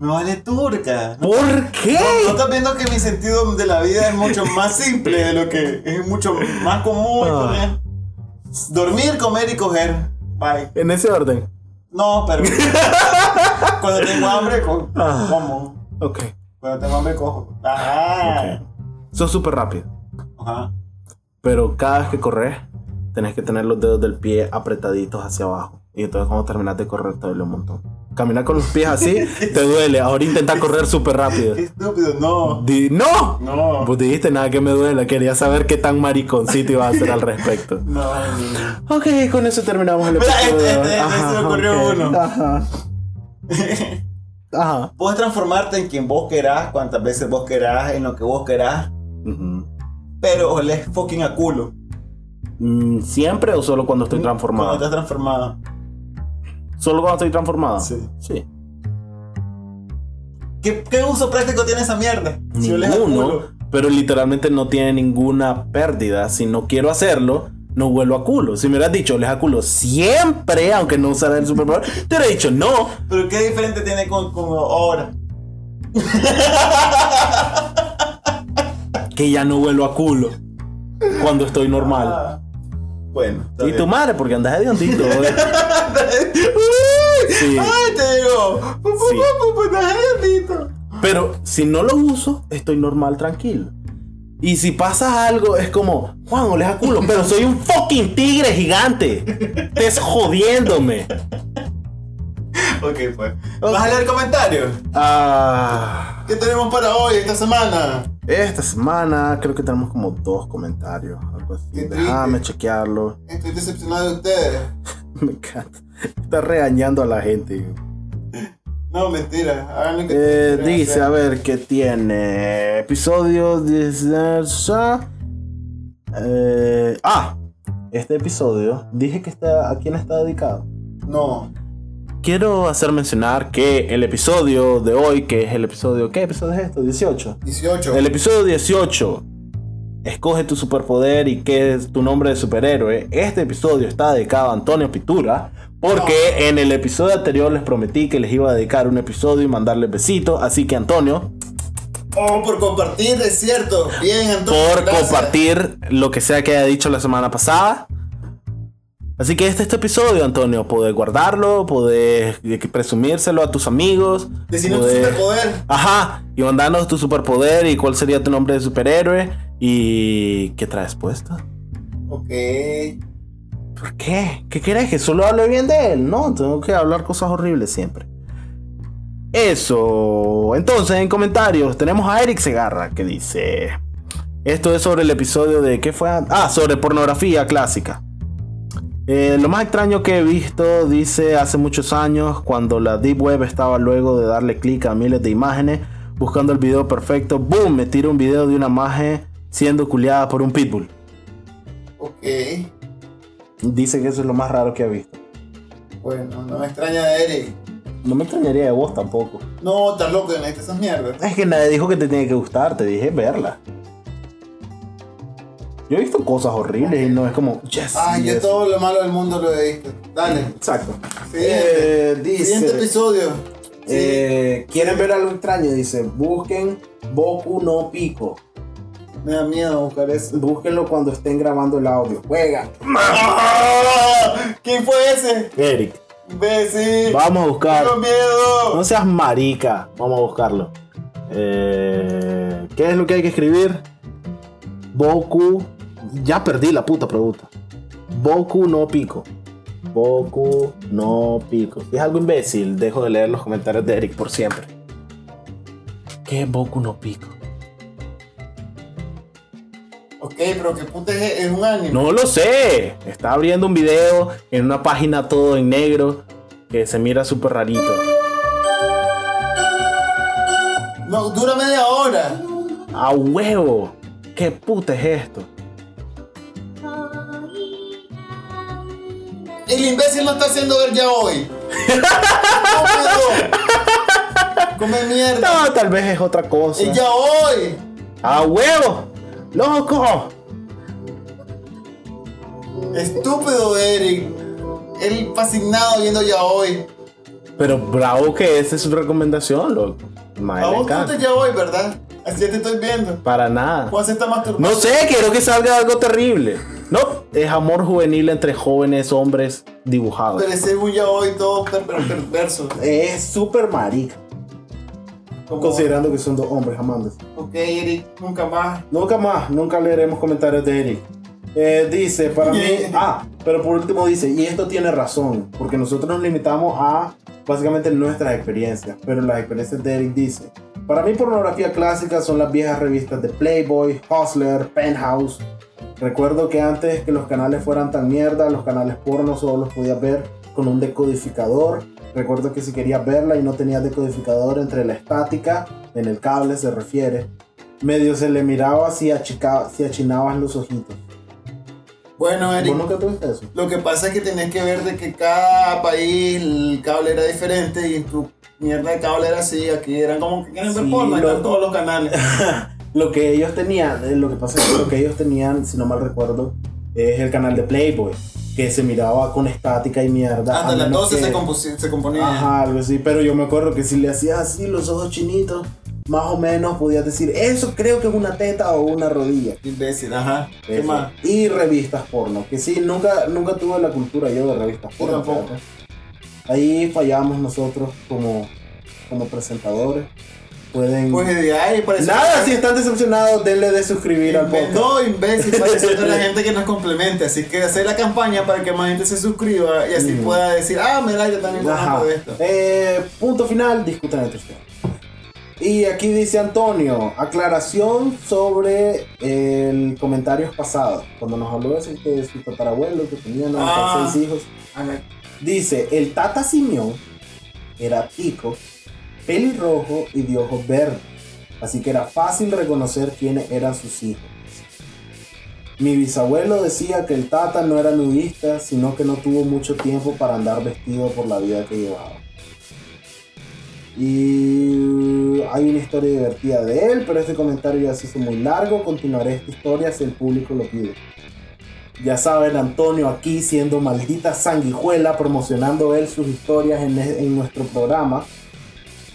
S3: Me vale turca. ¿No,
S1: ¿Por qué?
S3: no estás viendo que mi sentido de la vida es mucho más simple de lo que es mucho más común?
S1: Ah.
S3: Dormir, comer y coger. Bye.
S1: En ese orden.
S3: No, pero. cuando tengo hambre, co-
S1: Ah.
S3: como.
S1: Ok.
S3: Cuando tengo hambre, cojo. Ajá.
S1: Sos súper rápido.
S3: Ajá.
S1: Pero cada vez que corres, tenés que tener los dedos del pie apretaditos hacia abajo. Y entonces cuando terminas de correr te duele un montón. Caminar con los pies así te duele. Ahora intenta correr súper rápido.
S3: Qué estúpido, no.
S1: Di- ¡No!
S3: No.
S1: Vos dijiste nada que me duela, quería saber qué tan mariconcito iba a hacer al respecto.
S3: No, no.
S1: Ok, con eso terminamos el
S3: Mira,
S1: episodio.
S3: este, este,
S1: de
S3: este
S1: hoy.
S3: se me
S1: Ajá,
S3: ocurrió
S1: ok.
S3: uno.
S1: Ajá. Ajá.
S3: Puedes transformarte en quien vos querás, cuantas veces vos querás, en lo que vos querás,
S1: Ujú.
S3: pero olés fucking a culo
S1: Mm, ¿Siempre o solo cuando estoy
S3: Mm, cuando
S1: transformado?
S3: estás transformado.
S1: ¿Solo cuando estoy transformado?
S3: Sí.
S1: Sí.
S3: ¿Qué, qué uso práctico tiene esa mierda? Si olés a
S1: Ninguno,
S3: culo.
S1: pero literalmente no tiene ninguna pérdida. Si no quiero hacerlo, no vuelvo a culo. Si me hubieras dicho, les a culo siempre, aunque no usara el superpoder, te hubiera dicho no.
S3: Pero qué diferente tiene con, con ahora.
S1: Que ya no vuelvo a culo cuando estoy normal.
S3: Ah, Bueno. está
S1: Y tu
S3: bien.
S1: madre, porque andas de hondito. Sí.
S3: ¡Ay, te digo! ¡Pu, pu,
S1: Sí.
S3: pu, pu, pu, no, gordito!
S1: Pero si no lo uso, estoy normal, tranquilo. Y si pasa algo, es como, Juan, oles a culo, pero soy un fucking tigre gigante. Estés jodiéndome.
S3: Ok, pues. ¿Vas a leer comentarios?
S1: Ah,
S3: ¿Qué tenemos para hoy, esta semana?
S1: esta semana creo que tenemos como dos comentarios. Algo así.
S3: Qué triste.
S1: Déjame chequearlo.
S3: Estoy decepcionado de ustedes.
S1: Me encanta. Está regañando a la gente.
S3: No, mentira. Hagan lo que
S1: Eh,
S3: quieran
S1: dice,
S3: hacer.
S1: a ver, que tiene episodio 16. Eh, ah, este episodio, dije que está, a quién está dedicado.
S3: No.
S1: Quiero hacer mencionar que el episodio de hoy, que es el episodio, ¿qué episodio es esto? 18.
S3: 18.
S1: El episodio 18, escoge tu superpoder y qué es tu nombre de superhéroe. Este episodio está dedicado a Antonio Pitura. Porque en el episodio anterior les prometí que les iba a dedicar un episodio y mandarles besitos. Así que Antonio,
S3: Oh, por compartir, es cierto. Bien, Antonio.
S1: por
S3: gracias.
S1: compartir lo que sea que haya dicho la semana pasada. Así que este es tu episodio, Antonio. Podés guardarlo, podés eh, presumírselo a tus amigos.
S3: Decirnos tu
S1: podés-
S3: superpoder.
S1: Ajá, y mandanos tu superpoder y cuál sería tu nombre de superhéroe y qué traes puesto.
S3: Ok.
S1: ¿Por qué? ¿Qué querés? ¿Que solo hable bien de él? No, tengo que hablar cosas horribles siempre. Eso. Entonces, en comentarios tenemos a Eric Segarra que dice... Esto es sobre el episodio de... ¿Qué fue? Ah, sobre pornografía clásica. Eh, lo más extraño que he visto, dice hace muchos años, cuando la Deep Web estaba luego de darle clic a miles de imágenes, buscando el video perfecto, ¡boom! Me tira un video de una imagen siendo culiada por un pitbull.
S3: Ok.
S1: Dice que eso es lo más raro que ha visto.
S3: Bueno, no me extraña a Eric.
S1: No me extrañaría de vos tampoco.
S3: No, estás loco, no necesitas esas mierdas.
S1: Es que nadie dijo que te tiene que gustar, te dije verla. Yo he visto cosas horribles y no es Eh, como, yes.
S3: Ay, Ah, yo
S1: yes".
S3: todo lo malo del mundo lo he visto. Dale.
S6: Exacto.
S3: Siguiente,
S6: Eh,
S3: este, Siguiente
S6: dice.
S3: episodio.
S6: eh, ¿Quieren ver algo extraño? Dice, busquen Boku no Pico.
S3: Me da miedo buscar eso.
S6: Búsquenlo cuando estén grabando el audio. Juega.
S3: ¡Ah! ¿Quién fue ese?
S1: Eric,
S3: Imbécil.
S1: vamos a buscar.
S3: Tengo miedo.
S1: No seas marica, vamos a buscarlo. Eh, ¿Qué es lo que hay que escribir? Boku. Ya perdí la puta pregunta. Boku no pico. Boku no pico. Si es algo imbécil, dejo de leer los comentarios de Eric por siempre. ¿Qué es Boku no pico?
S3: Ok, pero qué puta es, es un anime.
S1: No lo sé. Está abriendo un video en una página todo en negro que se mira súper rarito.
S3: No, dura media hora.
S1: ¡A huevo! ¿Qué puta es esto?
S3: El imbécil lo está haciendo ver ya hoy. ¡Cómodo! Come mierda.
S1: No, tal vez es otra cosa.
S3: El ya hoy.
S1: ¡A huevo! ¡Loco!
S3: Estúpido Eric. Él fascinado viendo ya hoy.
S1: Pero bravo que esa es su recomendación, loco. Mae,
S3: A
S1: le
S3: vos te
S1: encanta.
S3: gusta ya hoy, ¿verdad? Así ya te estoy viendo.
S1: Para nada.
S3: Juan se está masturbando.
S1: No sé, quiero que salga algo terrible. No, es amor juvenil entre jóvenes hombres dibujados.
S3: Pero ese es un ya hoy todo per- per- perverso.
S6: Es súper marica.
S3: Como-
S6: Considerando que son dos hombres amantes.
S3: Ok, Eric, nunca más.
S6: Nunca más, nunca leeremos comentarios de Eric. Eh, dice, para mí. Ah, pero por último dice, y esto tiene razón, porque nosotros nos limitamos a básicamente nuestras experiencias, pero las experiencias de Eric dice. Para mí, pornografía clásica son las viejas revistas de Playboy, Hustler, Penthouse. Recuerdo que antes que los canales fueran tan mierda, los canales porno solo los podías ver con un decodificador. Recuerdo que si querías verla y no tenías decodificador entre la estática, en el cable se refiere, medio se le miraba si, achica- si achinabas los ojitos.
S3: Bueno, Eric.
S6: ¿Vos nunca tuviste eso?
S3: Lo que pasa es que tenés que ver de que cada país el cable era diferente y en tu mierda de cable era así. Aquí eran como que quieren ver
S6: Sí,
S3: porno,
S6: lo-
S3: están todos los canales.
S6: Lo que ellos tenían, eh, lo que pasa es que lo que ellos tenían, si no mal recuerdo, es el canal de Playboy, que se miraba con estática y mierda.
S3: Hasta
S6: a
S3: las
S6: menos
S3: 12 Ah, se,
S6: que-
S3: compusi- se componía.
S6: Ajá, algo así, pero yo me acuerdo que si le hacías así los ojos chinitos, más o menos podías decir, eso creo que es una teta o una rodilla.
S3: Imbécil, ajá. ¿Qué
S6: Eso.
S3: más?
S6: Y revistas porno, que sí, nunca, nunca tuve la cultura yo de revistas
S3: Yo
S6: porno.
S3: tampoco.
S6: pero Ahí fallamos nosotros como, como presentadores. Pueden...
S3: Pues de ahí parece.
S6: Nada, si están decepcionados, denle de suscribir al
S3: Inve-
S6: podcast.
S3: No, imbécil, parece a la gente que nos complementa. Así que hacer la campaña para que más gente se suscriba y así
S6: Mm.
S3: pueda decir, ah, mira, yo también
S6: Ajá.
S3: conozco de esto.
S6: Eh, punto final, discutan entre ustedes. Y aquí dice Antonio, aclaración sobre el comentarios pasados. Cuando nos habló de su, de su tatarabuelo que tenía 96
S3: Ah.
S6: hijos. Dice, el tata Simeón era tico, pelirrojo y de ojos verdes. Así que era fácil reconocer quiénes eran sus hijos. Mi bisabuelo decía que el tata no era nudista, sino que no tuvo mucho tiempo para andar vestido por la vida que llevaba. Y uh, hay una historia divertida de él, pero este comentario ya se hizo muy largo. Continuaré esta historia si el público lo pide. Ya saben, Antonio aquí siendo maldita sanguijuela, promocionando él sus historias en, en nuestro programa.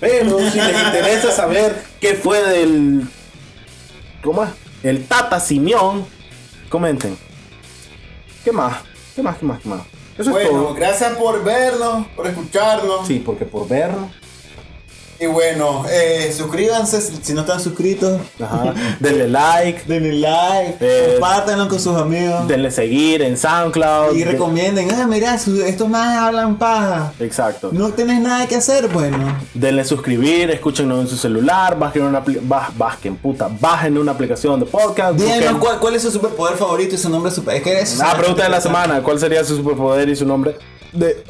S1: Pero si les interesa saber qué fue del. ¿Cómo es? El Tata Simeón. Comenten. ¿Qué más? ¿Qué más, qué más, qué más? Eso es
S3: Bueno,
S1: todo.
S3: gracias por vernos, por escucharnos.
S1: Sí, porque por vernos.
S3: Y bueno, eh, suscríbanse si si no están suscritos.
S1: Ajá. Denle like,
S3: Denle like,
S1: Eh,
S3: compártanlo con sus amigos.
S1: denle seguir en SoundCloud.
S3: Y
S1: de-
S3: recomienden, ah, mira, su- estos más hablan paja.
S1: Exacto.
S3: No tenés nada que hacer, bueno.
S1: Denle suscribir, escúchenos en su celular, bajen una, apli- baj- bajen, puta, bajen una aplicación de podcast.
S3: Díganos
S1: busquen-
S3: cuál, cuál es su superpoder favorito y su nombre super. Es que eso es
S1: Ah,
S3: una
S1: pregunta de la
S3: cosa.
S1: semana, ¿cuál sería su superpoder y su nombre? De...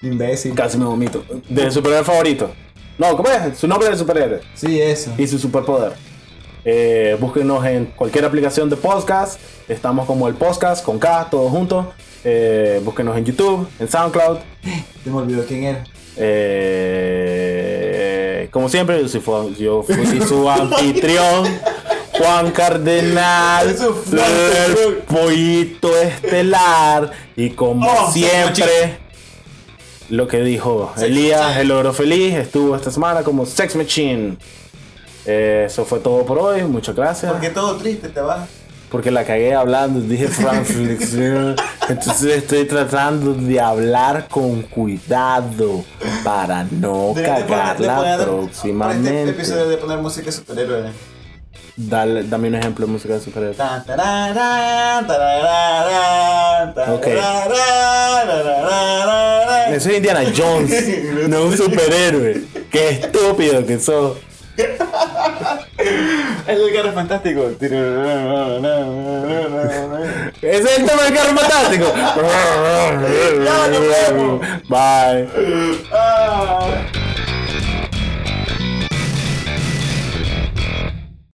S3: Imbécil.
S1: Casi me vomito. De superhéroe favorito. No, ¿cómo es? Su nombre de superhéroe.
S3: Sí, eso.
S1: y su superpoder. Eh, búsquenos en cualquier aplicación de podcast. Estamos como el podcast con K, todos juntos. Eh, búsquenos en YouTube, en SoundCloud.
S3: Se me olvidó quién era.
S1: Eh, como siempre, yo, soy fu- yo fui su anfitrión, Juan Cardenal,
S3: Eso fue
S1: el pollito estelar. Y como
S3: Oh,
S1: siempre, lo que dijo Elías,
S3: Machine.
S1: el logro feliz, estuvo esta semana como Sex Machine. Eh, eso fue todo por hoy, muchas gracias.
S3: Porque todo triste te va.
S1: Porque la cagué hablando, dije Franflexión. Entonces estoy tratando de hablar con cuidado para no
S3: Deberías de poner- de
S1: cagarla
S3: poner- Para este
S1: próximamente.
S3: episodio de poner música de superhéroe.
S1: Dale- dame un ejemplo de música de superhéroes.
S3: Tan, tararán, tararán, tararán,
S1: Ok.
S3: tararán.
S1: Eso es Indiana Jones, no un superhéroe. Qué estúpido que sos.
S3: Es el carro fantástico.
S1: Ese es el tema del carro fantástico. Bye.
S3: Ah.